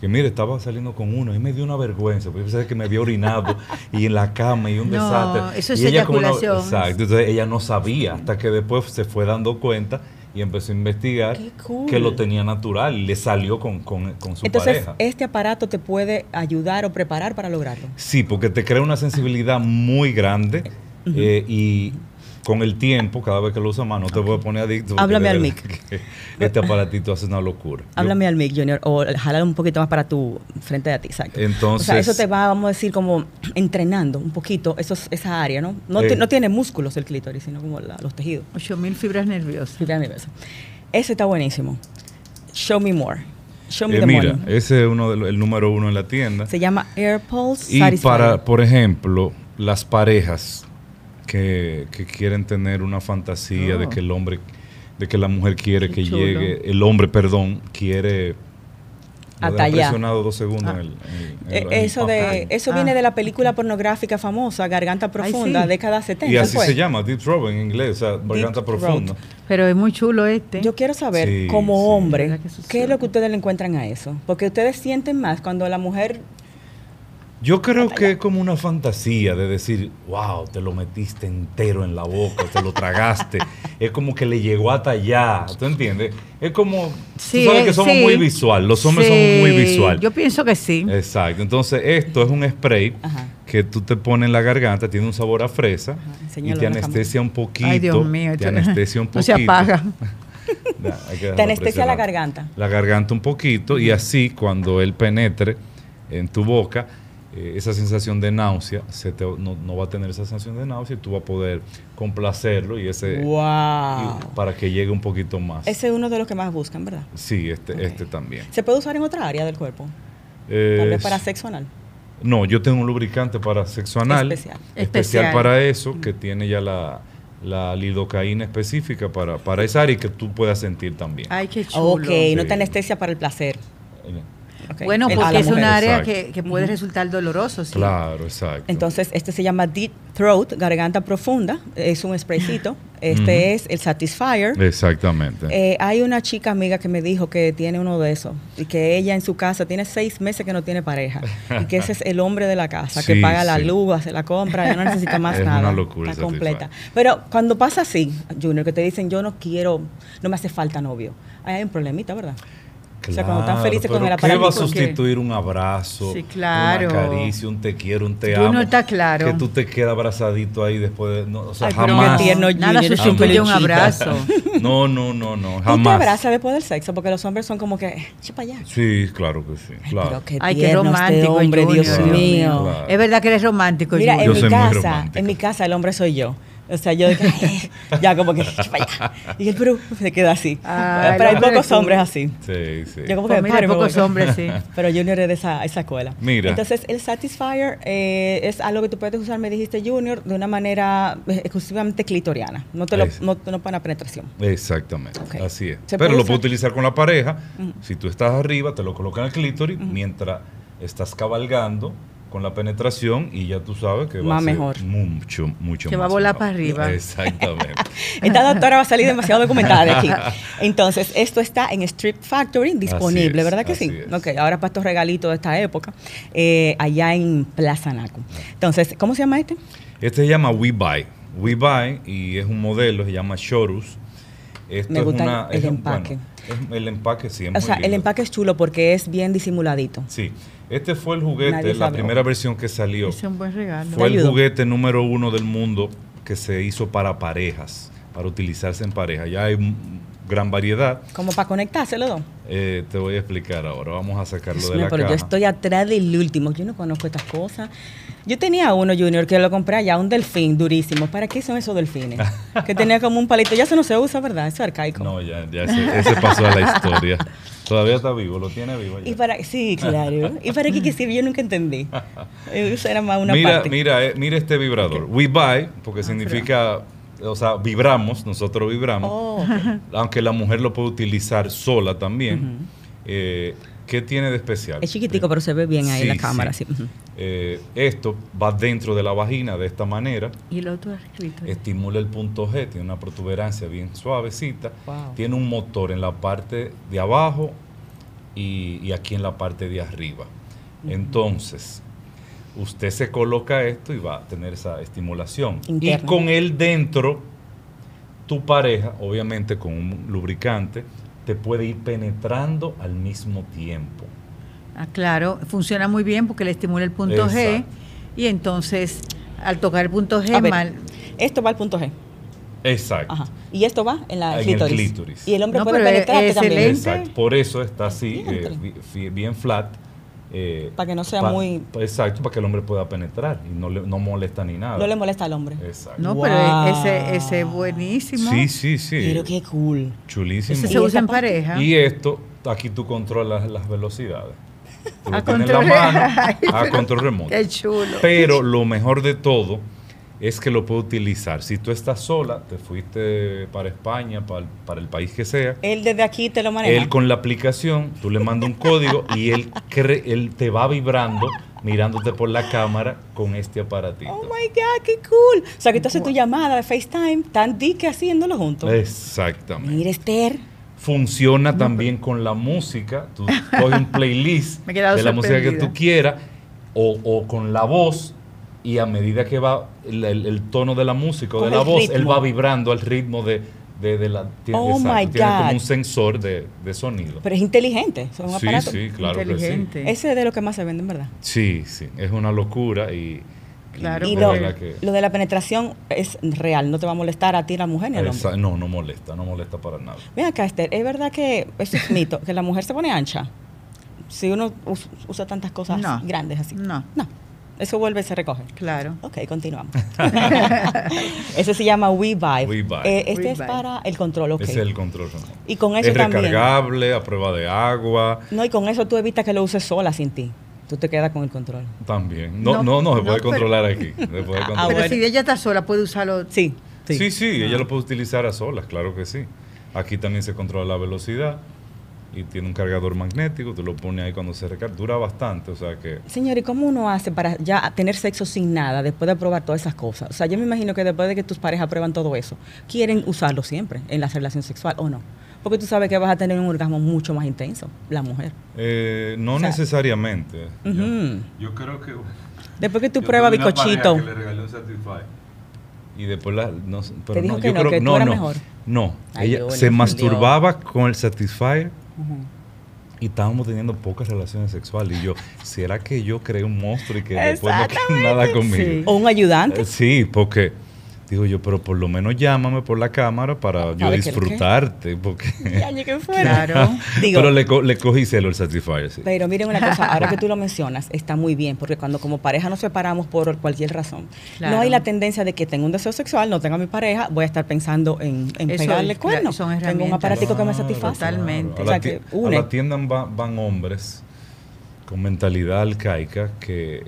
S4: que, mire, estaba saliendo con uno y me dio una vergüenza, porque yo pensaba que me había orinado y en la cama y un
S3: No,
S4: desastre.
S3: eso
S4: Y
S3: es
S4: ella como no-
S3: eyaculación.
S4: exacto, entonces ella no sabía hasta que después se fue dando cuenta y empezó a investigar
S2: Qué cool.
S4: que lo tenía natural y le salió con, con- con su
S2: Entonces,
S4: pareja.
S2: este aparato te puede ayudar o preparar para lograrlo.
S4: Sí, porque te crea una sensibilidad muy grande eh, y con el tiempo, cada vez que lo usas más, no te voy a poner adicto. porque
S2: Háblame
S4: de
S2: al
S4: verdad que Este aparatito hace una locura. Yo-
S2: Háblame al mic, Junior, o jalar un poquito más para tu frente de ti, exacto.
S4: Entonces-
S2: o sea, eso te va, vamos a decir, como entrenando un poquito esos, esa área, ¿no? No, ti-
S4: Eh.
S2: no tiene músculos el clítoris, sino como la- los tejidos.
S3: 8000 fibras nerviosas.
S2: Sí, dame beso. Ese está buenísimo. Show me more. Show me
S4: Eh,
S2: the
S4: mira,
S2: money.
S4: ese es uno de los- el número uno en la tienda.
S2: Se llama Air Pulse Eh,
S4: y
S2: Satisfyer.
S4: para, por ejemplo, las parejas que, que quieren tener una fantasía de
S3: Oh.
S4: que el hombre, de que la mujer quiere
S3: Qué
S4: que
S3: chulo.
S4: llegue, el hombre, perdón, quiere...
S2: A
S4: Lo he
S2: tallar.
S4: presionado dos segundos en el- en el-
S2: Eh,
S4: en el
S2: eso de,
S4: papel.
S2: eso
S3: Ah.
S2: viene de la película pornográfica famosa, Garganta Profunda,
S3: sí.
S2: década pues. 70.
S4: Y así
S2: fue.
S4: se llama, Deep Throat en inglés, o sea, garganta
S2: throat.
S4: profunda.
S3: Pero es muy chulo este.
S2: Yo quiero saber,
S4: Sí,
S2: como
S4: sí.
S2: hombre,
S3: ¿Verdad que eso sí?
S2: ¿qué es lo que ustedes le encuentran a eso? Porque ustedes sienten más cuando la mujer...
S4: Yo creo que es como una fantasía de decir, wow, te lo metiste entero en la boca, te lo tragaste. es como que le llegó hasta allá, ¿tú entiendes? Es como, tú sabes
S3: eh,
S4: que somos
S3: sí.
S4: muy visual, los hombres somos muy
S3: Sí,
S4: visual.
S3: Yo pienso que sí.
S4: Exacto, entonces esto es un spray
S2: Ajá.
S4: que tú te pones en la garganta, tiene un sabor a fresa y
S2: enséñalo
S4: te
S2: a la cámara.
S4: anestesia un poquito.
S3: Ay, Dios mío.
S4: Te
S3: esto-
S4: anestesia un
S3: No
S4: poquito.
S3: se apaga.
S4: Ya, hay que
S2: Te
S4: dejarlo
S2: anestesia la
S4: presionado.
S2: garganta.
S4: La garganta un poquito y así cuando él penetre en tu boca, eh, esa sensación de náusea, se te- no, no va a tener esa sensación de náusea y tú vas a poder complacerlo y ese
S2: ¡Wow!
S4: y para que llegue un poquito más.
S2: Ese es uno de los que más buscan, ¿verdad?
S4: Sí, este,
S2: Ok.
S4: este también.
S2: ¿Se puede usar en otra área del cuerpo?
S4: Eh,
S2: Tal vez para sexo anal.
S4: No, yo tengo un lubricante para sexo anal.
S2: Especial. Mm.
S3: Especial.
S4: para eso, que tiene ya la, la lidocaína específica para, para esa área y que tú puedas sentir también.
S3: Ay, qué chulo.
S2: Ok, no
S4: Sí.
S2: te anestesia para el placer.
S4: Eh,
S2: Ok.
S3: Bueno,
S2: El- a
S3: porque
S2: la
S3: es un
S2: mujer.
S3: área
S4: Exacto.
S3: que, que puede
S2: Ujú.
S3: resultar doloroso. sí.
S4: Claro, exacto.
S2: Entonces, este se llama Deep Throat, garganta profunda. Es un spraycito. Este
S4: Ujú.
S2: es el Satisfier.
S4: Exactamente.
S2: Eh, hay una chica amiga que me dijo que tiene uno de esos y que ella en su casa tiene seis meses que no tiene pareja y que ese es el hombre de la casa que
S4: Sí,
S2: paga la
S4: sí.
S2: luz, hace la compra, ya no necesita más
S4: Es una
S2: nada.
S4: locura
S2: está
S4: esa
S2: completa.
S4: tipa.
S2: Pero cuando pasa así, Junior, que te dicen yo no quiero, no me hace falta novio, ahí hay un problemita, ¿verdad? o sea, cuando están felices con
S4: pero
S2: el
S4: ¿Qué va a
S2: aparatico,
S3: ¿qué?
S4: sustituir un abrazo?
S3: Sí, claro.
S4: Una caricia, un te quiero, un te
S3: Tú no
S4: amo.
S3: está claro.
S4: Que tú te quedas abrazadito ahí después de. No, o sea,
S2: Ay, pero qué
S4: jamás.
S2: tierno,
S3: nada
S2: Junior,
S3: sustituye un
S2: chica.
S3: abrazo.
S4: No, no, no, no.
S2: Tú te
S4: Jamás.
S2: abrazas después del sexo porque los hombres son como que, chupa ya.
S4: Sí, claro que sí. Claro.
S2: Pero qué
S3: Ay, qué
S2: tierno este
S3: romántico,
S2: hombre,
S3: Junior.
S2: Dios
S4: Claro,
S2: mío.
S4: claro.
S3: Es verdad que eres romántico.
S2: Mira,
S3: Junior.
S2: en
S4: Yo
S2: mi
S4: soy muy
S2: casa,
S4: romántico.
S2: en mi casa el hombre soy yo. O sea, yo de que, "Ay", ya como que "Chupa ya". y el Perú se queda así.
S3: Ay,
S2: pero hay
S3: no, pero
S2: pocos
S3: Ah, tú.
S2: hombres así.
S4: Sí, sí.
S2: Yo como que
S3: Pues
S2: me
S3: mira,
S2: paro y me
S3: pocos
S2: voy.
S3: hombres, sí.
S2: Pero Junior es de esa, esa escuela.
S4: Mira.
S2: Entonces, el Satisfier eh, es algo que tú puedes usar, me dijiste Junior, de una manera eh, exclusivamente clitoriana. No te lo,
S4: Es-
S2: no, no para penetración.
S4: Exactamente,
S2: Ok.
S4: así es.
S2: ¿Se
S4: Pero
S2: puede
S4: lo
S2: usar?
S4: puedes utilizar con la pareja.
S2: Ujú.
S4: Si tú estás arriba, te lo colocan en el clítoris mientras estás cabalgando con la penetración y ya tú sabes que va
S2: Más
S4: a ser
S2: mejor.
S4: mucho, mucho
S3: Que va a
S4: más
S3: volar
S4: mejor.
S3: para arriba.
S4: Exactamente.
S2: Esta doctora va a salir demasiado documentada de aquí. Entonces, esto está en Strip Factory disponible,
S4: es,
S2: ¿verdad que sí?
S4: así es.
S2: Ok, ahora para estos regalitos de esta época, eh, allá en Plaza Naco. Entonces, ¿cómo se llama este?
S4: Este se llama We Buy. We Buy y es un modelo, se llama Shorus. Esto
S2: Me
S4: es
S2: gusta
S4: una-
S2: el
S4: es un-
S2: empaque.
S4: bueno, es- el empaque sí. es
S2: O
S4: muy
S2: sea, el
S4: lindo.
S2: empaque es chulo porque es bien disimuladito.
S4: Sí, este fue el
S2: Nadie
S4: juguete, la
S2: sabe.
S4: primera versión que salió.
S3: Es un buen regalo.
S4: Fue el
S2: ayudó?
S4: juguete número uno del mundo que se hizo para parejas, para utilizarse en pareja. Ya hay m- gran variedad.
S2: Como para conectarse los dos.
S4: Eh, te voy a explicar ahora. Vamos a sacarlo
S2: Dios
S4: de
S2: mío,
S4: la
S2: pero
S4: caja.
S2: yo estoy atrás del último. Yo no conozco estas cosas. Yo tenía uno, Junior, que lo compré allá, un delfín durísimo. ¿Para qué son esos delfines? que tenía como un palito. Ya eso no se usa, ¿verdad? Eso es arcaico.
S4: No, ya, ya ese, ese pasó a la historia. Todavía está vivo, lo tiene vivo. ya.
S2: Y para, sí, claro. ¿Y para qué que sirve? Yo nunca entendí. Eh, Eso era más una
S4: mira,
S2: parte. Ah,
S4: mira, eh, mira este vibrador. We buy, porque significa, o sea, vibramos, nosotros vibramos.
S2: Oh,
S4: Aunque la mujer lo puede utilizar sola también. Eh, ¿Qué tiene de especial?
S2: es chiquitico, pero se ve bien ahí en la
S4: Sí,
S2: cámara.
S4: sí.
S2: Sí. Ujú.
S4: Eh, esto va dentro de la vagina de esta manera,
S3: Y el otro escrito.
S4: estimula el punto G, tiene una protuberancia bien suavecita,
S2: Wow.
S4: tiene un motor en la parte de abajo y, y aquí en la parte de arriba. Entonces, usted se coloca esto y va a tener esa estimulación.
S2: Interna.
S4: Y con él dentro, tu pareja, obviamente con un lubricante, te puede ir penetrando al mismo tiempo.
S3: Ah, claro, funciona muy bien porque le estimula el punto G
S4: Exacto.
S3: y entonces al tocar el punto
S2: A
S3: G
S2: ver,
S3: mal.
S2: Esto va al punto G.
S4: Exacto.
S2: Ajá. Y esto va en la
S4: Ah, en el
S2: clítoris.
S4: clítoris.
S2: Y el hombre
S3: No,
S2: puede
S3: pero es-
S2: penetrarte
S3: es el
S2: también.
S3: lente.
S4: Exacto. Por eso está así, eh,
S2: Vientre.
S4: bi- fi- bien flat. eh,
S2: Pa' que no sea muy-
S4: pa- Exacto, para que el hombre pueda penetrar y no, le, no molesta ni nada.
S2: No le molesta al hombre.
S4: Exacto.
S3: No,
S2: Wow.
S3: pero e-, ese ese es buenísimo.
S4: Sí, sí, sí.
S2: Pero qué cool.
S4: Chulísimo.
S3: Ese
S2: ¿Y
S3: se usa
S2: esa
S3: en
S2: parte?
S3: pareja.
S4: Y esto, aquí tú controlas las velocidades. Tú
S3: A
S4: lo tienes en
S3: control-
S4: la mano
S3: Ay,
S4: a
S3: pero-
S4: control remoto.
S3: Qué chulo.
S4: Pero lo mejor de todo es que lo puedes utilizar. Si tú estás sola, te fuiste para España, para el- para el país que sea,
S2: Él desde aquí te lo maneja.
S4: Él con la aplicación, tú le mandas un código y él, cre- él te va vibrando mirándote por la cámara con este aparatito.
S2: Oh my God, qué cool. O sea, que tú haces tu llamada de FaceTime tan dique haciéndolo juntos.
S4: Exactamente.
S2: Mira, Esther.
S4: Funciona también con la música. Tú coges un playlist
S3: Me he
S4: de
S3: quedado
S4: la música que
S3: sorprendida.
S4: tú quieras o, o con la voz y a medida que va el, el- el tono de la música o
S2: Con
S4: de la
S2: el
S4: voz, él
S2: ritmo.
S4: va vibrando al ritmo de, de- de la... tiene-
S2: Oh my
S4: tiene como
S2: God.
S4: un sensor de, de sonido.
S2: Pero es inteligente. O sea, es un
S4: Sí,
S2: aparato.
S4: sí, claro que sí.
S3: Inteligente.
S2: Ese es de lo que más se vende, en verdad.
S4: Sí, sí, es una locura y...
S3: Claro,
S2: Y
S4: de
S2: lo,
S4: verdad que-
S2: lo de la penetración es real, no te va a molestar a ti, la mujer ni al hombre.
S4: Esa- no, no molesta, no molesta para nada.
S2: Ven acá, Esther, es verdad que eso es mito, que la mujer se pone ancha. Si uno us- usa tantas cosas
S3: No.
S2: grandes así.
S3: No.
S2: No. Eso vuelve y se recoge.
S3: Claro.
S2: Ok, continuamos. Ese se llama We Vibe.
S4: We Vibe.
S2: Eh, este
S3: We
S2: es
S3: Vibe.
S2: para el control, ok.
S4: Ese es el control remoto.
S2: Y con eso
S4: es
S2: también.
S4: recargable, a prueba de agua,
S2: No, y con eso tú evitas que lo uses sola sin ti. Tú te quedas con el control.
S4: también. No,
S3: No,
S4: no, no, se
S3: no,
S4: puede
S3: pero-
S4: controlar aquí. se puede controlar.
S2: Ah,
S3: pero
S2: bueno.
S3: si ella está sola puede usarlo.
S2: Sí. Ah.
S4: sí, sí, ella lo puede utilizar a solas, claro que sí. Aquí también se controla la velocidad y tiene un cargador magnético, tú lo pones ahí cuando se recarga, dura bastante, o sea que...
S2: Señor, ¿y cómo uno hace para ya tener sexo sin nada después de probar todas esas cosas? O sea, yo me imagino que después de que tus parejas prueban todo eso, quieren usarlo siempre en la relación sexual o no. Porque tú sabes que vas a tener un orgasmo mucho más intenso, la mujer.
S4: Eh, no
S2: O sea-
S4: necesariamente. Yo-
S2: Ujú.
S4: yo, creo que...
S2: Después que tú
S5: Yo
S2: pruebas
S5: tuve una
S2: bicochito.
S5: pareja que le regalé un Satisfy.
S4: Y después la... No, sé, pero
S2: dijo
S4: no,
S2: que
S4: yo
S2: no,
S4: creo,
S2: que tú
S4: no,
S2: eras
S4: no,
S2: mejor.
S4: No,
S2: Ay,
S4: ella
S2: yo le
S4: se
S2: entendió.
S4: masturbaba con el Satisfyer
S2: Ujú.
S4: y estábamos teniendo pocas relaciones sexuales. Y yo, ¿será que yo creé un monstruo y que después no quiere nada conmigo?
S2: O un ayudante.
S4: Eh, Sí, porque digo yo, pero por lo menos llámame por la cámara para yo
S2: ver qué-
S4: disfrutarte, porque...
S2: Ya, ni que fuera.
S3: Claro.
S2: Digo,
S4: pero le, co- le cogí celo el Satisfyer, sí.
S2: Pero miren una cosa, ahora que tú lo mencionas, está muy bien, porque cuando como pareja nos separamos por cualquier razón,
S3: Claro.
S2: no hay la tendencia de que tengo un deseo sexual, no tengo a mi pareja, voy a estar pensando en, en
S3: Eso
S2: pegarle
S3: es,
S2: cuerno.
S3: claro, son
S2: Tengo
S3: herramientas.
S2: un aparatico que me
S4: Claro,
S2: satisface.
S4: claro.
S3: Totalmente.
S4: A
S2: O sea,
S4: la,
S2: que
S4: ti-
S2: une.
S4: a la tienda va- van hombres con mentalidad arcaica que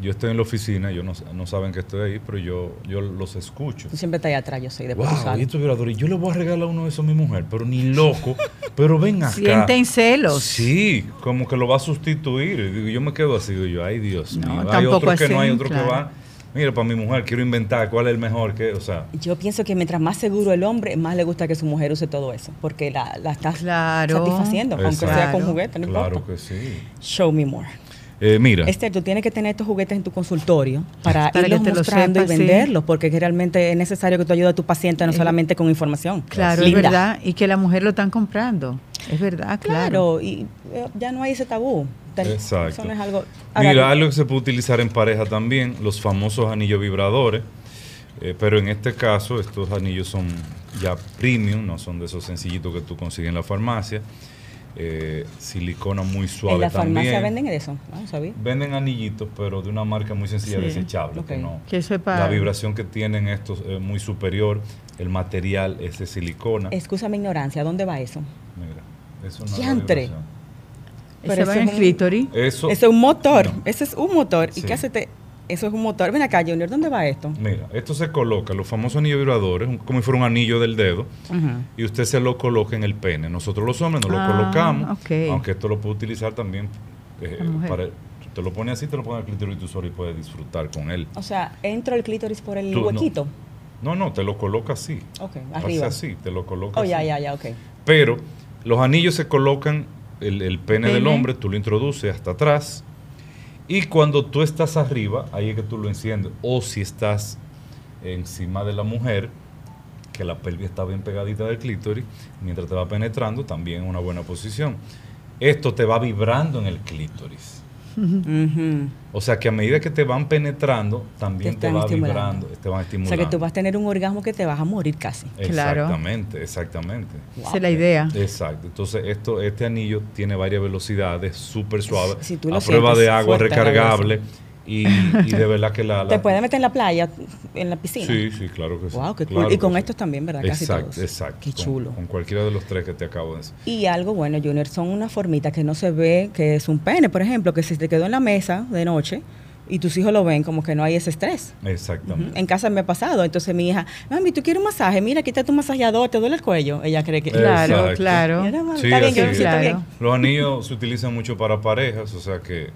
S4: yo estoy en la oficina, yo no, no saben que estoy ahí, pero yo, yo los escucho.
S2: Tú siempre estás ahí atrás, yo soy de
S4: Wow, y
S2: usar.
S4: estos violadores, yo le voy a regalar uno de esos a mi mujer, pero ni loco, pero ven acá.
S3: Sienten celos.
S4: Sí, como que lo va a sustituir. Y digo, yo me quedo así, digo yo, ay Dios
S3: No,
S4: mío. Hay
S3: tampoco
S4: otros que no,
S3: así,
S4: hay otros
S3: claro.
S4: que van. Mira, para mi mujer quiero inventar cuál es el mejor, que, o sea,
S2: Yo pienso que mientras más seguro el hombre, más le gusta que su mujer use todo eso, porque la, la estás
S3: Claro.
S2: satisfaciendo, aunque sea
S3: Exacto.
S2: con juguete, no
S4: claro
S2: importa.
S4: que sí.
S2: Show me more.
S4: Eh, mira,
S2: Esther, tú tienes que tener estos juguetes en tu consultorio para,
S3: Para que
S2: irlos
S3: te lo
S2: mostrando
S3: sepas,
S2: y
S3: sí.
S2: venderlos, porque es que realmente es necesario que tú ayudes a tu paciente no
S3: Eh,
S2: solamente con información.
S3: Claro,
S2: Linda.
S3: es verdad. Y que la mujer lo están comprando. Es verdad, claro.
S2: Claro, y eh, ya no hay ese tabú. Te-
S4: exacto.
S2: Eso no es algo. Ahora,
S4: Mira, algo que se puede utilizar en pareja también, los famosos anillos vibradores. Eh, pero en este caso, estos anillos son ya premium, no son de esos sencillitos que tú consigues en la farmacia. Eh, silicona muy suave
S2: en la farmacia
S4: también.
S2: venden eso. Ah, no sabía.
S4: Venden anillitos, pero de una marca muy sencilla,
S3: Sí,
S4: desechable. que
S2: ok.
S4: no-
S3: Que eso es para-
S4: la vibración que tienen estos es muy superior. El material es de silicona.
S2: Excusa mi ignorancia, ¿a dónde va eso?
S4: Mira, eso no es la
S2: Diantre.
S4: vibración.
S2: Pero
S3: Ese
S2: eso
S3: va en
S2: es
S3: el
S2: un-
S3: clítoris.
S4: Eso,
S2: Eso es un motor.
S4: No.
S2: Ese es un motor. ¿Y
S4: Sí.
S2: qué hace? te- Eso es un motor. Ven acá, Junior, ¿dónde va esto?
S4: Mira, esto se coloca, los famosos anillos vibradores, un- como si fuera un anillo del dedo,
S2: Ujú.
S4: y usted se lo coloca en el pene. Nosotros los hombres no
S3: Ah,
S4: lo colocamos,
S3: ok.
S4: aunque esto lo puede utilizar también eh,
S3: La mujer.
S4: para... Te lo pones así, te lo pones al clítoris y tú solo y puedes disfrutar con él.
S2: O sea, entro el clítoris por el
S4: Tú, no.
S2: huequito.
S4: No, no, te lo coloca así.
S2: Ok,
S4: Hace
S2: arriba.
S4: así, te lo coloca
S2: Oh, ya,
S4: así.
S2: ya, ya, ok.
S4: Pero los anillos se colocan, el, el pene, del
S3: Pene.
S4: hombre, tú lo introduces hasta atrás. Y cuando tú estás arriba, ahí es que tú lo enciendes. O si estás encima de la mujer, que la pelvis está bien pegadita del clítoris, mientras te va penetrando, también en una buena posición. Esto te va vibrando en el clítoris.
S2: Ujú.
S4: O sea que a medida que te van penetrando, también te,
S2: están
S4: va
S2: estimulando.
S4: vibrando, te van
S2: O
S4: estimulando.
S2: sea, que tú vas a tener un orgasmo que te vas a morir casi.
S3: Claro.
S4: Exactamente, exactamente.
S3: Esa es la idea.
S4: Exacto. Entonces, esto, este anillo tiene varias velocidades, súper suave,
S2: Si tú lo
S4: a prueba
S2: sientes
S4: de agua,
S2: fuerte,
S4: recargable. Y, y de verdad que la... la-
S2: Te puedes meter en la playa, en la piscina.
S4: Sí, sí, claro que sí.
S2: Wow, qué cool.
S4: claro
S2: Y con
S4: que
S2: estos también, ¿verdad? Casi
S4: Exacto,
S2: todos.
S4: exacto.
S2: Qué
S4: Con-
S2: chulo.
S4: Con, cualquiera de los tres que te acabo de decir.
S2: Y algo bueno, Junior, son unas formitas que no se ve que es un pene, por ejemplo, que si te quedó en la mesa de noche y tus hijos lo ven, como que no hay ese estrés.
S4: Exactamente.
S2: En casa me ha pasado, entonces mi hija, mami, tú quieres un masaje, mira, quita tu masajeador, te duele el cuello. Ella cree que...
S4: Exacto.
S3: Claro, claro.
S2: Mira, mami,
S4: Sí,
S2: está bien,
S4: así
S2: yo me
S4: es.
S2: siento bien.
S3: Claro.
S4: Los anillos se utilizan mucho para parejas, o sea que,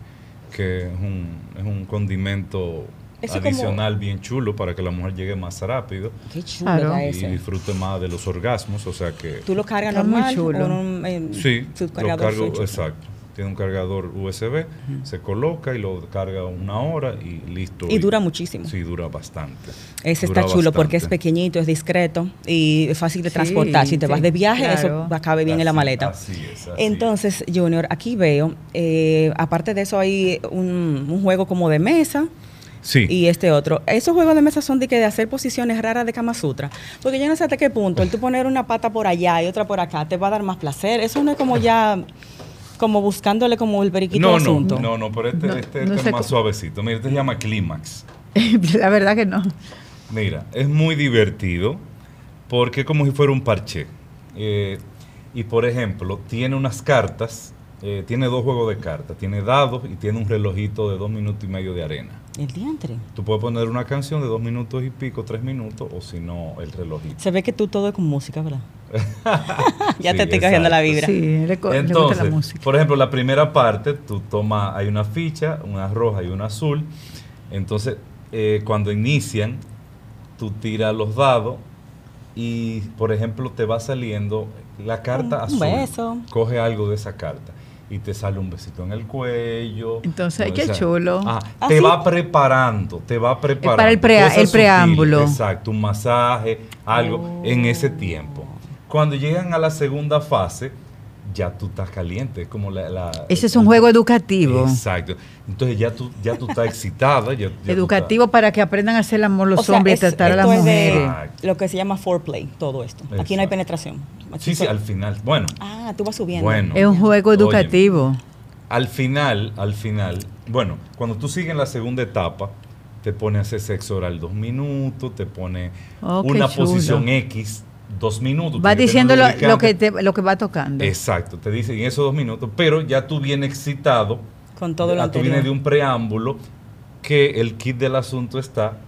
S4: que es, un, es un condimento
S2: Eso como-
S4: adicional bien chulo para que la mujer llegue más rápido
S2: Qué chulo
S3: Claro.
S2: está
S4: y
S2: ese.
S4: disfrute más de los orgasmos, o sea que...
S2: Tú lo cargas
S3: Está muy
S2: normal
S3: chulo.
S2: con un eh,
S4: Sí,
S2: su
S4: lo
S2: cargador
S4: cargo,
S2: suyo.
S4: exacto. Tiene un cargador USB, se coloca y lo carga una hora y listo.
S2: Y dura muchísimo.
S4: Sí, dura bastante.
S2: Ese
S4: Dura
S2: está chulo porque es
S4: bastante.
S2: pequeñito, es discreto y es fácil de
S3: Sí,
S2: transportar. Si te vas
S3: sí,
S2: de viaje, eso
S3: claro.
S2: va- cabe bien en la
S4: Así-
S2: maleta.
S4: así es, así
S2: Entonces, Junior, aquí veo, eh, aparte de eso hay un, un juego como de mesa
S4: Sí.
S2: y este otro. Esos juegos de mesa son de, que de hacer posiciones raras de Kama Sutra, porque yo no sé hasta qué punto, el tú poner una pata por allá y otra por acá te va a dar más placer. Eso no es como ya, como buscándole como el periquito
S4: no,
S2: al
S4: no,
S2: asunto.
S4: no, no, pero este,
S3: No,
S4: este,
S3: no
S4: este
S3: sé
S4: es más
S3: cómo-
S4: suavecito. Mira, este se llama Clímax.
S3: la verdad que no.
S4: Mira, es muy divertido porque es como si fuera un parche. Eh, y por ejemplo, tiene unas cartas, eh, tiene dos juegos de cartas, tiene dados y tiene un relojito de dos minutos y medio de arena.
S2: El diantre.
S4: Tú puedes poner una canción de dos minutos y pico, tres minutos, o si no, el relojito.
S2: Se ve que tú todo es con música, ¿verdad? ya
S4: Sí,
S2: te estoy cogiendo la vibra.
S4: exacto.
S3: Sí, le, co- le gusta la
S4: Entonces,
S3: música.
S4: por ejemplo, la primera parte, tú tomas, hay una ficha, una roja y una azul. Entonces, eh, cuando inician, tú tiras los dados y, por ejemplo, te va saliendo la carta
S2: Un-
S4: azul.
S2: un beso.
S4: Coge algo de esa carta y te sale un besito en el cuello.
S3: Entonces, ay,
S4: O
S3: qué
S4: sea,
S3: chulo.
S4: ah,
S2: ¿Ah,
S4: te
S2: sí?
S4: va preparando, te va preparando.
S3: para el prea-
S4: cosas
S3: el preámbulo.
S4: exacto, un masaje, algo
S2: Oh.
S4: en ese tiempo. Cuando llegan a la segunda fase, ya tú estás caliente, es como la... la-
S3: Ese es un
S4: el-
S3: juego educativo.
S4: Exacto. Entonces ya tú, ya tú estás excitada. ya- ya tú estás-
S3: Educativo para que aprendan a hacer el amor los
S2: O sea,
S3: hombres
S2: es-
S3: y tratar a las
S2: esto es de
S3: mujeres.
S4: Exacto.
S2: lo que se llama foreplay, todo esto. Aquí no hay
S4: Exacto.
S2: penetración. Aquí
S4: Sí, sí,
S2: so-
S4: al final. Bueno,
S2: Ah, tú vas subiendo.
S4: Bueno.
S3: Es un juego
S4: Oye.
S3: educativo.
S4: al final, al final, bueno, cuando tú sigues en la segunda etapa, te pone a hacer sexo oral dos minutos, te pone
S3: Oh, qué
S4: una
S3: chulo.
S4: posición X dos minutos.
S3: Va
S4: tienes que
S3: diciendo
S4: tener
S3: lo, lo que
S4: lubricante.
S3: te- lo que va tocando.
S4: Exacto, te dicen en esos dos minutos, pero ya tú vienes excitado.
S2: Con todo lo
S4: Ah, tú vienes de
S2: anterior.
S4: un preámbulo que el kit del asunto está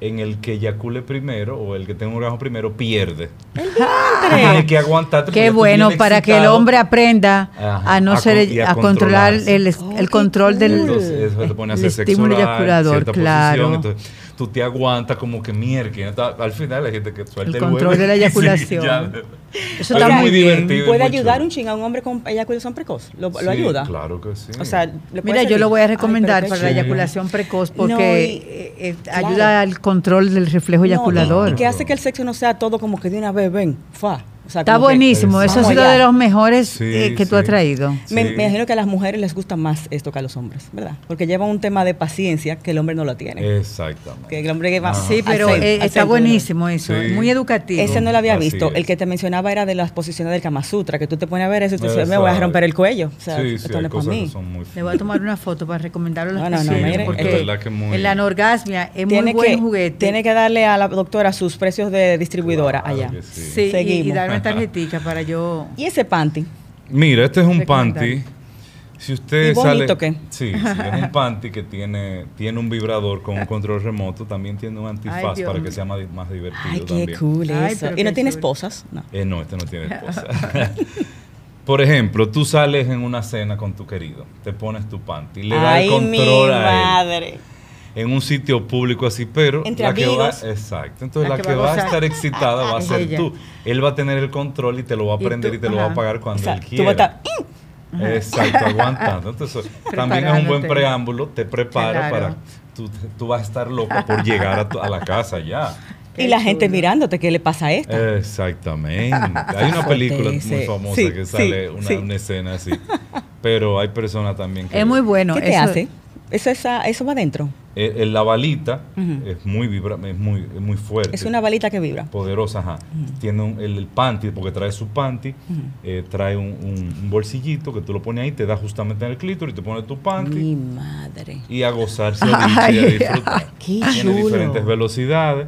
S4: en el que eyacule primero o el que tenga un orgasmo primero pierde. Tú Tienes que aguantarte. porque
S3: Qué
S4: ya tú
S3: bueno
S4: vienes
S3: para que el
S4: excitado.
S3: hombre aprenda
S4: Ajá,
S3: a no
S4: a con-
S3: ser
S4: y a
S3: a controlar
S4: controlarse.
S3: el, es-
S2: Oh,
S3: el
S2: qué
S3: control del
S2: cool.
S4: Entonces, eso te pone a
S3: el
S4: hacer sexo
S3: estímulo
S4: oral,
S3: eyaculador,
S4: cierta
S3: claro.
S4: posición, entonces, tú te aguantas como que mierda. Al final hay gente que suelta
S3: El
S4: el huevo
S3: control de la
S4: y sigue
S3: eyaculación.
S4: ya.
S3: Eso
S4: Pero
S3: está
S4: es
S3: muy
S4: muy
S3: bien.
S4: divertido. y
S2: ¿Puede
S4: muy
S2: ayudar
S4: chulo.
S2: un ching a un hombre con eyaculación precoz? ¿Lo, lo
S4: Sí,
S2: ayuda?
S4: Claro que sí.
S2: O sea, ¿le puede
S3: Mira, yo
S2: servir?
S3: lo voy a
S2: Ay, pero
S3: recomendar
S2: qué
S3: para la
S2: chulo.
S3: eyaculación precoz porque
S2: No, y-
S3: eh, eh,
S2: claro.
S3: ayuda al control del reflejo
S2: No,
S3: eyaculador.
S2: Y que hace que el sexo no sea todo como que de una vez, ven, fa. O sea,
S3: Está
S2: como que-
S3: buenísimo, eso ha
S2: Vamos
S3: sido
S2: allá.
S3: de los mejores eh,
S4: Sí,
S3: que tú has
S4: sí.
S3: traído.
S2: Me,
S4: Sí.
S2: me imagino que a las mujeres les gusta más esto que a los hombres, ¿verdad? Porque lleva un tema de paciencia que el hombre no lo tiene.
S4: Exactamente.
S2: que el hombre que va
S4: Eh, Ajá.
S3: Sí,
S2: al
S3: pero
S2: centro, al
S3: eh, está
S2: centro,
S3: buenísimo eso,
S4: Sí.
S3: muy educativo.
S2: Ese no lo había
S4: Así
S2: visto.
S4: es.
S2: El que te mencionaba era de las posiciones del Kama Sutra, que tú te pones a ver eso y tú dices, me voy a
S4: Exacto.
S2: romper el cuello. O sea,
S4: sí, sí,
S2: esto no es
S4: hay
S2: para
S4: cosas que
S2: mí.
S4: son muy
S3: Le voy a tomar una foto para recomendarlo a las
S2: No, no, no,
S3: personas,
S2: mire,
S3: porque
S2: la
S4: verdad que muy-
S3: en la anorgasmia es muy buen
S2: que,
S3: juguete.
S2: tiene que darle a la doctora sus precios de distribuidora
S4: Claro
S2: allá.
S4: que sí.
S3: Sí, y- y,
S2: Seguimos.
S3: darme tarjetita para yo.
S2: Y ese panty.
S4: Mira, este es un
S3: Recomendable.
S4: panty. Si usted
S2: ¿Y bonito
S4: sale,
S2: qué?
S4: sí, sí, es un panty que tiene tiene un vibrador con un control remoto, también tiene un antifaz
S3: Dios
S4: para
S3: mío.
S4: que sea más, más divertido
S2: Ay, qué
S4: también.
S2: cool
S3: Ay,
S2: eso.
S3: pero
S2: Y no
S3: qué
S2: tiene
S3: chulo.
S2: esposas. No.
S4: Eh, no, este no tiene esposa. Por ejemplo, tú sales en una cena con tu querido, te pones tu panty, le das
S2: Ay,
S4: el
S2: mi
S4: control a él
S2: madre.
S4: en un sitio público así, pero
S2: Entre
S4: la que va-
S2: amigos.
S4: exacto. Entonces
S3: La
S4: la,
S3: que
S4: que,
S3: va a
S4: va a
S3: gozar.
S4: estar excitada va a
S3: Es
S4: ser
S3: ella.
S4: tú. Él va a tener el control y te lo va a
S3: Y
S4: prender
S3: tú-
S4: y, te lo va
S3: ajá.
S4: a pagar
S2: O
S4: cuando
S2: sea,
S4: él
S2: tú vas a
S4: quiera.
S2: estar,
S4: Exacto, aguantando. Entonces, también es un buen
S3: Preparándote.
S4: preámbulo, te prepara
S3: Claro.
S4: para. Tú, tú vas a estar loco por llegar a, tu- a la casa ya.
S2: "Mm", Y la
S3: Qué
S2: gente
S3: chulo.
S2: mirándote, ¿qué le pasa a esta?
S4: Exactamente. Hay una película muy
S2: Acontece.
S4: famosa
S2: Sí,
S4: que
S2: sí,
S4: sale una,
S2: sí.
S4: una escena así. Pero hay personas también que.
S3: Es muy bueno.
S2: ¿Qué te
S3: eso-
S2: hace? Eso, esa- eso va adentro.
S4: Eh, eh, la balita
S2: Ujú.
S4: es, muy vibra, es, muy, es muy fuerte.
S2: Es una balita que vibra.
S4: poderosa, ajá. Tiene un- el, el panty, porque trae su panty, eh, trae un, un- un bolsillito que tú lo pones ahí, te da justamente en el clítoris, te pones tu panty.
S2: Mi madre.
S4: y a gozarse el bicho y a
S3: Ay,
S4: disfrutar.
S2: qué chulo.
S4: Tiene diferentes velocidades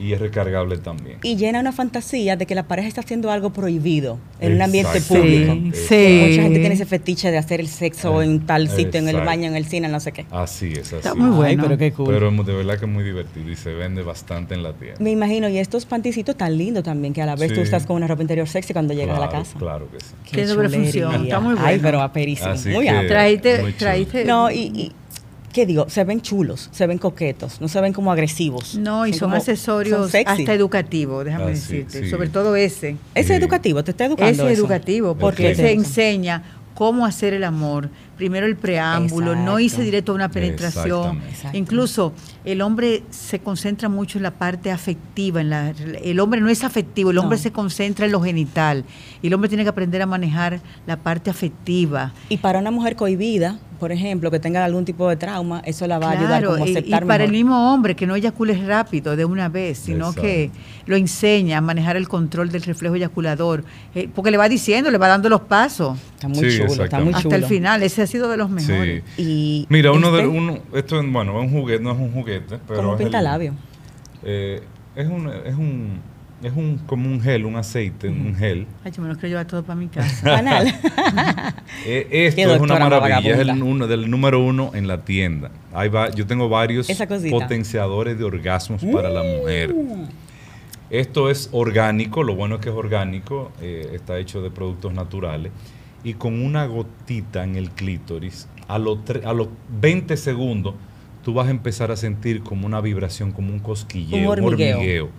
S4: y es recargable también.
S2: Y llena una fantasía de que la pareja está haciendo algo prohibido en un ambiente
S4: Exactamente.
S2: público.
S3: Sí,
S4: Exacto.
S3: sí.
S2: Mucha gente tiene ese fetiche de hacer el sexo
S4: Eh,
S2: en tal sitio, en el
S4: exacto.
S2: baño, en el cine, no sé qué.
S4: Así es, así.
S3: Está muy
S4: es.
S3: bueno.
S2: qué
S4: Pero es de verdad que es muy divertido y se vende bastante en la tienda.
S2: Me imagino, y estos panticitos tan lindos también, que a la vez tú
S4: Sí.
S2: estás con una ropa interior sexy cuando llegas a la
S4: Claro,
S2: casa.
S4: Claro que sí.
S3: Qué doble
S2: chulería.
S3: función, está muy
S2: Ay,
S3: bueno.
S2: pero aperísimo,
S4: Así
S2: muy
S4: que-
S2: amplio.
S3: Traíste,
S4: Muy chulo.
S3: traíste-
S2: No, y, y ¿qué digo? Se ven chulos, se ven coquetos, no se ven como agresivos.
S3: No, y son
S2: como- son
S3: accesorios
S2: sexy.
S3: hasta educativos, déjame
S4: Ah, sí,
S3: decirte.
S4: sí.
S3: Sobre todo ese.
S2: Ese
S4: Sí.
S2: es educativo, te está educando.
S3: Ese es
S2: eso.
S3: educativo, porque
S4: Porque
S3: se
S4: te-
S3: enseña cómo hacer el amor. Primero el preámbulo, no
S2: Exacto.
S3: hice directo a una penetración.
S4: Exactamente.
S2: Exacto.
S3: Incluso el hombre se concentra mucho en la parte afectiva. En la, el hombre no es afectivo, el hombre
S2: No.
S3: se concentra en lo genital. Y el hombre tiene que aprender a manejar la parte afectiva.
S2: Y para una mujer cohibida, por ejemplo, que tenga algún tipo de trauma, eso la va a ayudar como a
S3: y-
S2: aceptar
S3: y, para
S2: mejor.
S3: el mismo hombre que no eyacule rápido de una vez, sino
S4: Exacto.
S3: que lo enseña a manejar el control del reflejo eyaculador, eh, porque le va diciendo, le va dando los pasos
S2: Está muy chulo,
S4: Sí,
S2: está muy
S4: exactamente.
S2: chulo.
S3: hasta el final. Ese ha sido de los mejores.
S4: Sí.
S2: Y
S4: Mira, uno de
S2: este,
S4: uno, esto es, bueno, es un juguete, no es un juguete, pero
S2: como un
S4: es el-
S2: pintalabio.
S4: eh, es un es un es un como un gel, un aceite, un gel.
S3: Ay, yo me lo quiero llevar todo para mi casa.
S2: Banal.
S4: Eh,
S2: Qué
S4: esto es una
S2: doctora más
S4: maravilla, es el
S2: vagabunda.
S4: uno- del número uno en la tienda. Ahí va, yo tengo varios
S2: Esa cosita. Mm.
S4: potenciadores de orgasmos para la mujer. Esto es orgánico, lo bueno es que es orgánico, eh, está hecho de productos naturales y con una gotita en el clítoris, a, los tre- a los 20 segundos, tú vas a empezar a sentir como una vibración, como un cosquilleo,
S2: Un hormigueo. Oh,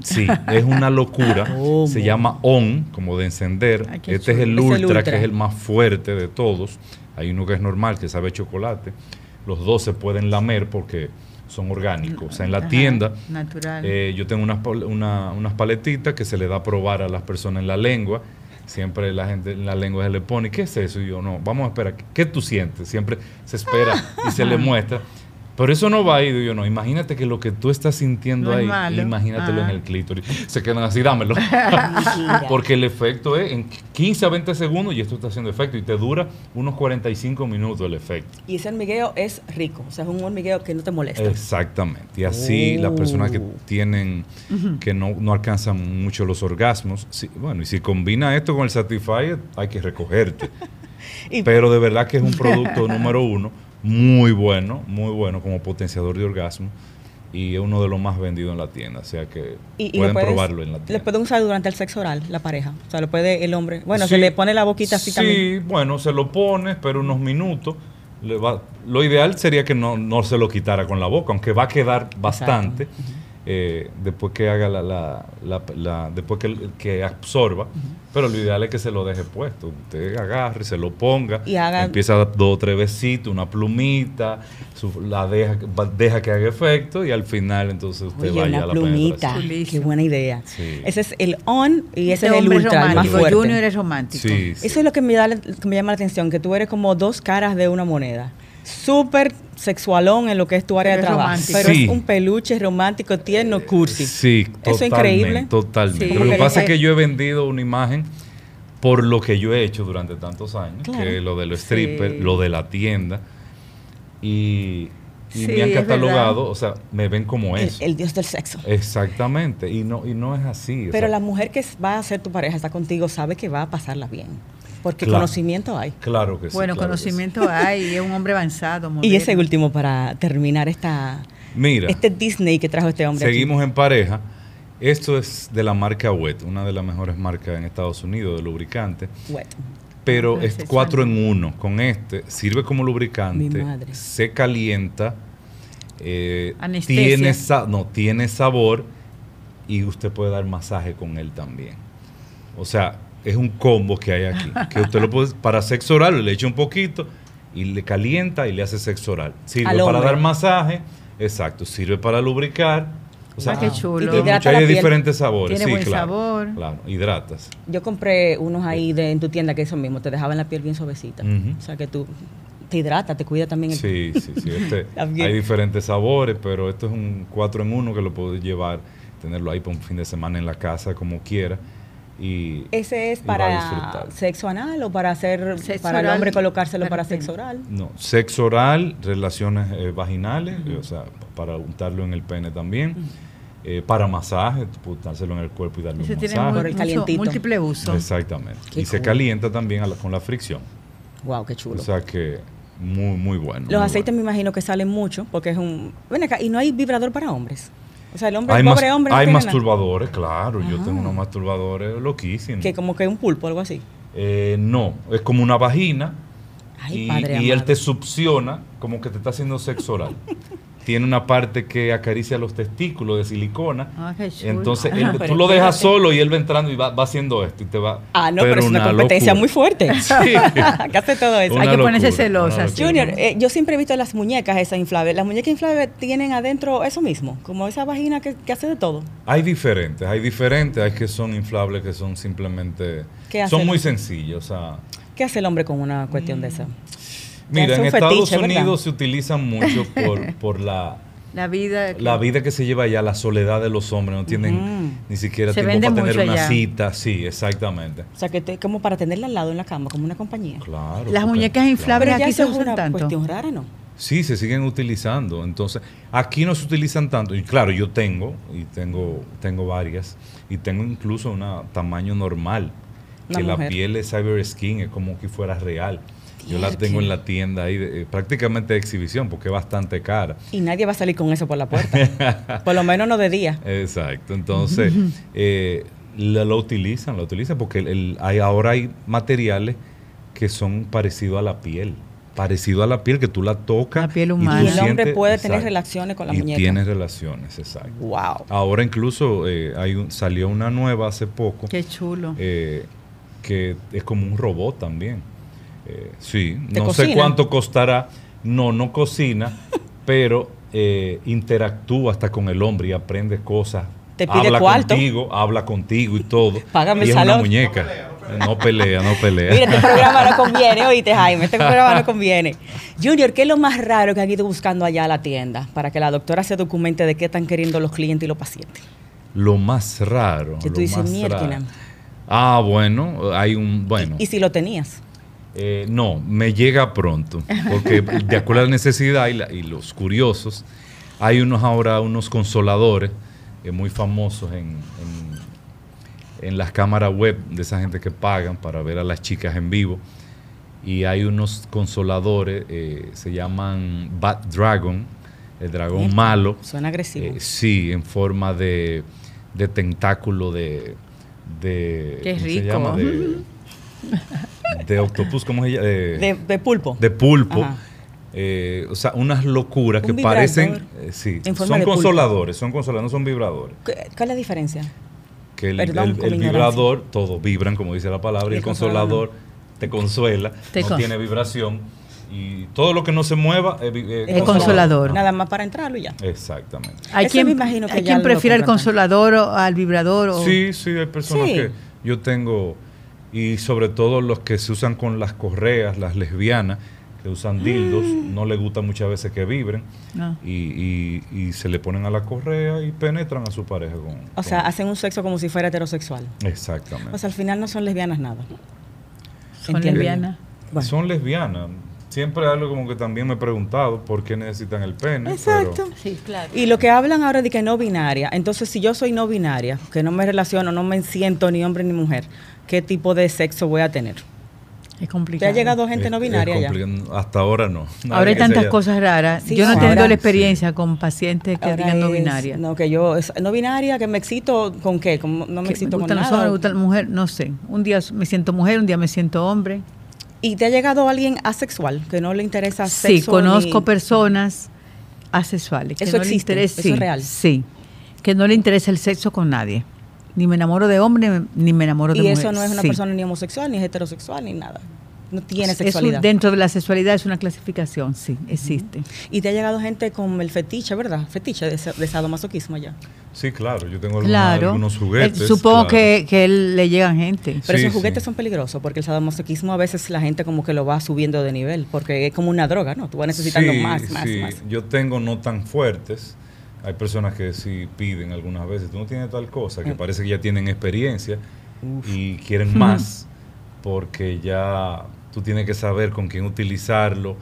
S4: Sí, es una locura. Se llama on, como de encender.
S3: Ay, qué
S4: este es el,
S2: chulo. Es
S4: ultra,
S2: el
S4: que
S2: ultra.
S4: es el más fuerte de todos. Hay uno que es normal, que sabe a chocolate. Los dos se pueden lamer porque son orgánicos. O sea, en la
S3: Ajá,
S4: tienda
S3: Natural.
S4: eh, yo tengo unas, pal- una- unas paletitas que se le da a probar a las personas en la lengua. Siempre la gente en la lengua se le pone, ¿qué es eso? Y yo, no, vamos a esperar. ¿Qué, qué tú sientes? Siempre se espera y se le muestra. Pero eso no va ahí. Digo yo, no, imagínate que lo que tú estás sintiendo
S3: No es
S4: ahí,
S3: malo.
S4: imagínatelo
S3: Ah.
S4: en el clítoris. Se quedan así, dámelo.
S2: Mira.
S4: Porque el efecto es en 15 a 20 segundos y esto está haciendo efecto. Y te dura unos 45 minutos el efecto.
S2: Y ese hormigueo es rico, o sea, es un hormigueo que no te molesta.
S4: Exactamente. Y así las personas
S2: Uh.
S4: que tienen, que no, no alcanzan mucho los orgasmos, sí, bueno, y si combina esto con el Satisfyer, hay que recogerte.
S2: Y-
S4: Pero de verdad que es un producto número uno, muy bueno, muy bueno como potenciador de orgasmo y es uno de los más vendidos en la tienda. O sea que
S2: Y, y
S4: pueden
S2: lo puedes-
S4: probarlo en la
S2: Lo
S4: tienda.
S2: puede usar durante el sexo oral, la pareja. O sea, lo puede el hombre. Bueno, se
S4: Sí.
S2: le pone la boquita así
S4: sí,
S2: también.
S4: bueno, se lo pone, espera unos minutos. le va- lo ideal sería que no, no se lo quitara con la boca, aunque va a quedar bastante eh, después que haga la, la- la- la- después que, que absorba. Pero lo ideal es que se lo deje puesto. Usted agarre, se lo ponga,
S2: Y haga-
S4: empieza a dar dos o tres besitos, una plumita, su- la deja, va- deja que haga efecto y al final entonces usted
S2: Oye,
S4: vaya a
S2: una
S4: la
S2: plumita.
S4: penetración.
S3: Chulísimo.
S2: Qué buena idea.
S4: Sí.
S2: Ese es el on y ese
S3: Este
S2: es el
S3: hombre es
S2: ultra, el más
S3: romántico,
S2: fuerte.
S3: Junior es romántico.
S4: Sí, sí.
S2: Eso es lo que me, da, que me llama la atención, que tú eres como dos caras de una moneda. Súper sexualón en lo que es tu área
S3: Pero
S2: de
S3: es
S2: trabajo.
S3: romántico.
S2: Pero
S4: Sí. Eh,
S2: es un peluche romántico, tierno, cursi.
S4: Sí,
S2: Eso es
S4: totalmente,
S2: increíble.
S4: Totalmente.
S3: Sí.
S4: Lo que
S3: Porque
S4: pasa es
S3: dice-
S4: que yo he vendido una imagen por lo que yo he hecho durante tantos años,
S2: Claro.
S4: que es lo de los strippers,
S3: Sí.
S4: lo de la tienda, y, y
S3: Sí,
S4: me han
S3: es
S4: catalogado, o sea, me ven como
S2: El,
S4: eso.
S2: el dios del sexo.
S4: Exactamente, y no, y no es así. o
S2: Pero
S4: sea,
S2: la mujer que va a ser tu pareja, está contigo, sabe que va a pasarla bien. Porque
S4: Claro.
S2: conocimiento hay.
S4: Claro que sí.
S3: bueno,
S4: claro que sí.
S3: conocimiento hay, es un hombre avanzado.
S2: Y ese
S3: moderno.
S2: último para terminar esta
S4: Mira,
S2: este Disney que trajo este hombre. aquí.
S4: seguimos en pareja. Esto es de la marca Wet, una de las mejores marcas en Estados Unidos de lubricante.
S2: Wet.
S4: Pero
S3: Ah,
S4: es
S3: sí,
S4: cuatro
S3: suena.
S4: en uno. Con este sirve como lubricante,
S2: Mi madre.
S4: se calienta, eh,
S3: Anestesia.
S4: tiene sa- no tiene sabor y usted puede dar masaje con él también. O sea, es un combo que hay aquí. Que usted lo puede para sexo oral le echa un poquito y le calienta y le hace sexo oral. Sirve
S2: Al
S4: para
S2: hombre.
S4: dar masaje, exacto. Sirve para lubricar. O sea,
S3: Ah, qué
S4: hay-
S3: chulo.
S4: hay de
S2: Hidrata
S4: mucha- hay
S2: la
S4: de
S2: piel.
S4: diferentes sabores.
S3: Tiene
S4: sí,
S3: buen
S4: claro,
S3: sabor.
S4: Claro, hidratas.
S2: Yo compré unos ahí de, en tu tienda que eso mismo, te dejaban la piel bien suavecita.
S4: Ujú.
S2: O sea que tú te hidrata, te cuida también. el-
S4: Sí, sí, sí. Este,
S2: También.
S4: hay diferentes sabores, pero esto es un 4 en 1 que lo puedes llevar, tenerlo ahí por un fin de semana en la casa, como quiera. Y
S2: Ese es
S4: y va a
S2: para
S4: disfrutar.
S2: sexo anal o para hacer
S3: Sexo
S2: para el
S3: oral,
S2: hombre colocárselo
S3: de
S2: para
S3: repente.
S2: sexo oral.
S4: No, sexo oral, relaciones eh, vaginales, eh, o sea, p- para untarlo en el pene también. eh, para masaje, tú puedes untárselo en el cuerpo y darle
S3: Ese
S4: un
S3: tiene
S4: masaje.
S2: Por el
S3: mu- mucho,
S2: calientito.
S3: múltiple uso.
S4: Exactamente.
S2: Qué
S4: y se
S2: cool.
S4: calienta también a la- con la fricción.
S2: Wow, qué chulo.
S4: O sea que muy, muy bueno.
S2: Los
S4: muy
S2: aceites
S4: bueno.
S2: me imagino que salen mucho porque es un ven acá y no hay vibrador para hombres. O sea, el hombre
S4: hay
S2: el pobre
S4: mas-
S2: hombre no
S4: hay
S2: tiene nada.
S4: masturbadores, claro. Yo
S2: Ah.
S4: tengo unos masturbadores loquísimos.
S2: que como que un pulpo algo así.
S4: Eh, no, es como una vagina
S2: Ay,
S4: y,
S2: padre
S4: y él
S2: amado.
S4: te succiona como que te está haciendo sexo oral. Tiene una parte que acaricia los testículos de silicona.
S3: Ah, qué chulo.
S4: Entonces
S2: Ah,
S4: él-
S2: pero
S4: tú lo dejas
S2: espérate.
S4: solo y él va entrando y va, va haciendo esto y te va.
S2: Ah, no, pero, es una, competencia muy fuerte.
S4: Sí.
S2: que hace todo eso.
S4: Una
S3: Hay que ponerse
S4: locura,
S3: celosas.
S4: una locura.
S2: Junior, eh, yo siempre he visto las muñecas esas inflables. Las muñecas inflables tienen adentro eso mismo, como esa vagina que, que hace de todo.
S4: Hay diferentes, hay diferentes, hay que son inflables, que son simplemente,
S2: ¿Qué
S4: son
S2: hacen?
S4: muy sencillos, o sea,
S2: ¿Qué hace el hombre con una cuestión de
S3: Mm.
S2: esa?
S4: mira,
S2: es
S4: en
S2: un
S4: Estados
S2: fetiche, ¿verdad?
S4: Unidos se utilizan mucho por, por la,
S3: La vida.
S4: La vida que se lleva allá, la soledad de los hombres, no tienen
S2: Ujú.
S4: ni siquiera
S3: Se
S4: tiempo
S3: vende
S4: para tener
S3: mucho
S4: una
S3: allá.
S4: cita, sí, exactamente.
S2: O sea, que te- como para tenerla al lado en la cama, como una compañía.
S4: Claro.
S3: Las
S4: porque-
S3: muñecas inflables.
S2: Pero
S3: Aquí
S2: ya eso
S3: se
S2: es
S3: usan
S2: una
S3: tanto.
S2: cuestión rara, ¿no?
S4: Sí, se siguen utilizando. Entonces, aquí no se utilizan tanto. Y claro, yo tengo, y tengo, tengo varias, y tengo incluso un tamaño normal.
S2: Una
S4: que la
S2: mujer.
S4: piel es cyber skin, es como que fuera real. Yo la tengo en la tienda ahí, de- eh, prácticamente de exhibición, porque es bastante cara.
S2: Y nadie va a salir con eso por la puerta. por lo menos no de día.
S4: Exacto, entonces eh, la- lo, utilizan, lo utilizan porque el- el- hay, ahora hay materiales que son parecidos a la piel, parecido a la piel que tú la tocas.
S3: La piel
S4: tú
S3: humana.
S2: Y el hombre
S4: sientes-
S2: puede tener
S4: exacto,
S2: relaciones con la
S4: y
S2: muñeca.
S4: tiene relaciones, exacto.
S2: Wow.
S4: Ahora incluso eh, hay un- salió una nueva hace poco
S3: Qué chulo.
S4: eh, que es como un robot también. Eh, sí,
S2: ¿Te
S4: no sé
S2: cocina?
S4: cuánto costará. No, no cocina, pero eh, interactúa hasta con el hombre y aprende cosas.
S2: Te pide
S4: habla
S2: cuarto.
S4: contigo, habla contigo y todo.
S2: Págame
S4: y
S2: el
S4: es
S2: salón.
S4: una muñeca. Eh, No pelea, no pelea.
S2: Mira, este programa no conviene, oíste, Jaime. Este programa no conviene. Junior, ¿qué es lo más raro que han ido buscando allá a la tienda para que la doctora se documente de qué están queriendo los clientes y los pacientes?
S4: lo más raro.
S2: Que tú
S4: lo
S2: dices,
S4: más
S2: "Miércoles".
S4: raro. Ah, bueno, hay un. Bueno.
S2: Y si lo tenías.
S4: Eh, no, me llega pronto, porque de acuerdo a la necesidad y, la- y los curiosos, hay unos ahora, unos consoladores eh, muy famosos en, en- en las cámaras web de esa gente que pagan para ver a las chicas en vivo. Y hay unos consoladores, eh, se llaman Bad Dragon, el dragón
S2: Mierda.
S4: malo.
S2: Suena agresivo.
S4: Eh, sí, en forma de, de tentáculo de, de.
S3: Qué
S4: ¿cómo
S3: rico.
S4: De, de octopus, ¿cómo se llama? De,
S2: de, de pulpo.
S4: de pulpo.
S2: Ajá.
S4: Eh, o sea, unas locuras
S2: Un
S4: que
S2: vibrador
S4: parecen. eh, sí,
S2: en forma
S4: son
S2: de pulpo.
S4: consoladores, son consoladores, no son vibradores.
S2: ¿Qué- ¿Cuál es la diferencia?
S4: Que el,
S2: Perdón
S4: el-
S2: por
S4: el
S2: mi ignorancia.
S4: vibrador, todos vibran, como dice la palabra, y el consolador te consuela,
S3: Te
S4: no
S3: cons-
S4: tiene vibración. Y todo lo que no se mueva es, vi- eh,
S3: Es consolador.
S2: Nada más para entrarlo y ya.
S4: Exactamente.
S3: ¿Hay
S2: Eso
S3: quien,
S2: me imagino que
S3: hay
S2: ya
S3: quien
S2: lo
S3: prefiere al
S2: contratan.
S3: consolador o al vibrador? O,
S4: Sí, sí, hay personas
S2: Sí.
S4: que yo tengo, y sobre todo los que se usan con las correas, las lesbianas, que
S2: Ah.
S4: usan dildos, no les gusta muchas veces que vibren,
S3: Ah.
S4: y, y- y se le ponen a la correa y penetran a su pareja con...
S2: O sea,
S4: con-
S2: hacen un sexo como si fuera heterosexual.
S4: Exactamente.
S2: O sea, al final no son lesbianas nada.
S3: Son
S2: Entiendo.
S3: lesbianas.
S2: Bueno.
S4: Son lesbianas. Siempre algo como que también me he preguntado por qué necesitan el pene.
S2: Exacto.
S4: pero-
S3: Sí, claro.
S2: Y lo que hablan ahora de que no binaria, entonces si yo soy no binaria, que no me relaciono, no me siento ni hombre ni mujer, ¿qué tipo de sexo voy a tener?
S3: Es
S2: ¿Te
S3: complicado.
S2: ha llegado gente
S4: es-
S2: no
S4: es
S2: binaria ya?
S4: complicado. Hasta ahora no.
S3: Ahora hay
S4: Que se
S3: tantas
S4: haya-
S3: cosas raras.
S2: Sí,
S3: Yo no he
S2: ahora-
S3: tenido la experiencia con pacientes que
S2: Ahora
S3: digan no
S2: es-
S3: binarias.
S2: No, que yo, es no binaria, que me excito con qué, Como no me
S3: Que
S2: excito con
S3: gustan los
S2: nada.
S3: hombres, me gustan las mujeres, no sé. Un día me siento mujer, un día me siento hombre.
S2: ¿Y te ha llegado alguien asexual, que no le interesa
S3: Sí,
S2: sexo
S3: conozco
S2: ni-
S3: personas asexuales.
S2: Eso
S3: le
S2: existe,
S3: interesa-
S2: eso es
S3: sí,
S2: real.
S3: Sí, que no le interesa el sexo con nadie. Ni me enamoro de hombre, ni me enamoro de
S2: Y
S3: mujer.
S2: eso no es una
S3: Sí.
S2: persona ni homosexual, ni heterosexual, ni nada. No tiene
S3: Es un-
S2: sexualidad.
S3: dentro de la sexualidad es una clasificación, sí, existe.
S2: Y te ha llegado gente con el fetiche, ¿verdad? Fetiche de, sa- de sadomasoquismo ya.
S4: Sí, claro. Yo tengo alguna-
S3: Claro.
S4: algunos
S3: Eh,
S4: juguetes.
S3: Supongo
S4: claro.
S3: que, que él le llegan gente.
S2: Pero
S4: Sí,
S2: esos juguetes
S4: sí.
S2: son peligrosos porque el sadomasoquismo a veces la gente como que lo va subiendo de nivel porque es como una droga, ¿no? Tú vas necesitando
S4: Sí,
S2: más, más,
S4: sí.
S2: más.
S4: Yo tengo no tan fuertes. Hay personas que sí piden algunas veces. Tú no tienes tal cosa, que
S2: Mm.
S4: parece que ya tienen experiencia y quieren más porque ya tú tienes que saber con quién utilizarlo.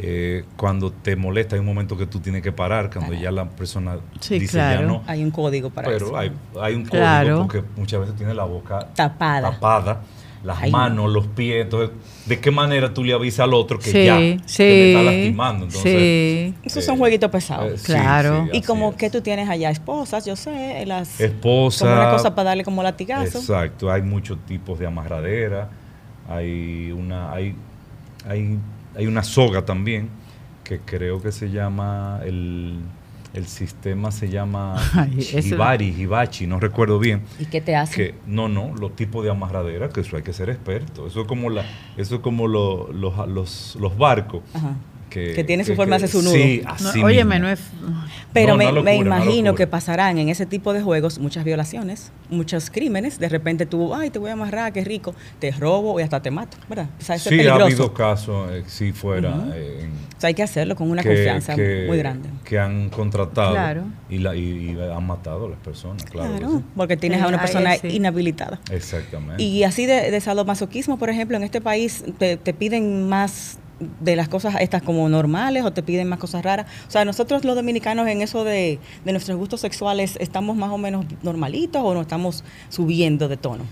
S4: Eh, cuando te molesta hay un momento que tú tienes que parar, cuando ya la persona
S3: Sí,
S4: dice ya
S3: claro.
S4: no.
S2: Hay un código para
S4: Pero
S2: eso.
S4: hay, hay un código
S3: Claro.
S4: porque muchas veces tiene la boca
S2: Tapada.
S4: tapada, las
S2: Ay, no.
S4: manos, los pies. Entonces, ¿de qué manera tú le avisas al otro que
S3: sí,
S4: ya
S3: sí.
S4: que me está lastimando? Entonces,
S3: sí.
S2: Esos
S4: eh,
S2: son jueguitos
S4: eh,
S2: pesados.
S4: sí,
S3: Claro.
S4: sí,
S2: y
S4: así
S2: como
S4: es.
S2: que tú tienes allá esposas, yo sé, las
S4: Esposa.
S2: como una cosa para darle como latigazo.
S4: Exacto, hay muchos tipos de amarradera, hay una, hay, hay, hay una soga también, que creo que se llama el, el sistema se llama
S3: Ay, eso-
S4: Hibari, Hibachi, no recuerdo bien.
S2: ¿Y qué te hace?
S4: que no, no, los tipos de amarradera, que eso hay que ser experto. Eso es como la, eso es como lo- los, los, los barcos.
S2: Ajá.
S4: Que,
S2: Que tiene su forma, hace su nudo.
S4: Sí,
S3: No,
S4: así
S3: óyeme,
S4: mismo.
S3: no es...
S2: Pero
S4: No,
S2: me,
S4: una
S2: me
S4: locura, una
S2: imagino
S4: locura.
S2: que pasarán en ese tipo de juegos muchas violaciones, muchos crímenes. De repente tú, ay, te voy a amarrar, qué rico, te robo y hasta te mato, ¿verdad? O sea, eso es
S4: Sí, ha
S2: peligroso.
S4: habido casos, eh, si fuera, eh, en-
S2: O sea, hay que hacerlo con una
S4: que-
S2: confianza
S4: que-
S2: muy grande.
S4: Que han contratado
S3: Claro.
S4: y, la, y, y han matado a las personas, claro.
S2: Claro,
S4: que sí. Eh.
S2: porque tienes a una
S3: Ay,
S2: persona
S3: sí.
S2: inhabilitada.
S4: Exactamente.
S2: Y así de, de sadomasoquismo, por ejemplo, en este país te, te piden más de las cosas estas como normales o te piden más cosas raras. O sea, nosotros los dominicanos en eso de, de nuestros gustos sexuales estamos más o menos normalitos o no estamos subiendo de tono.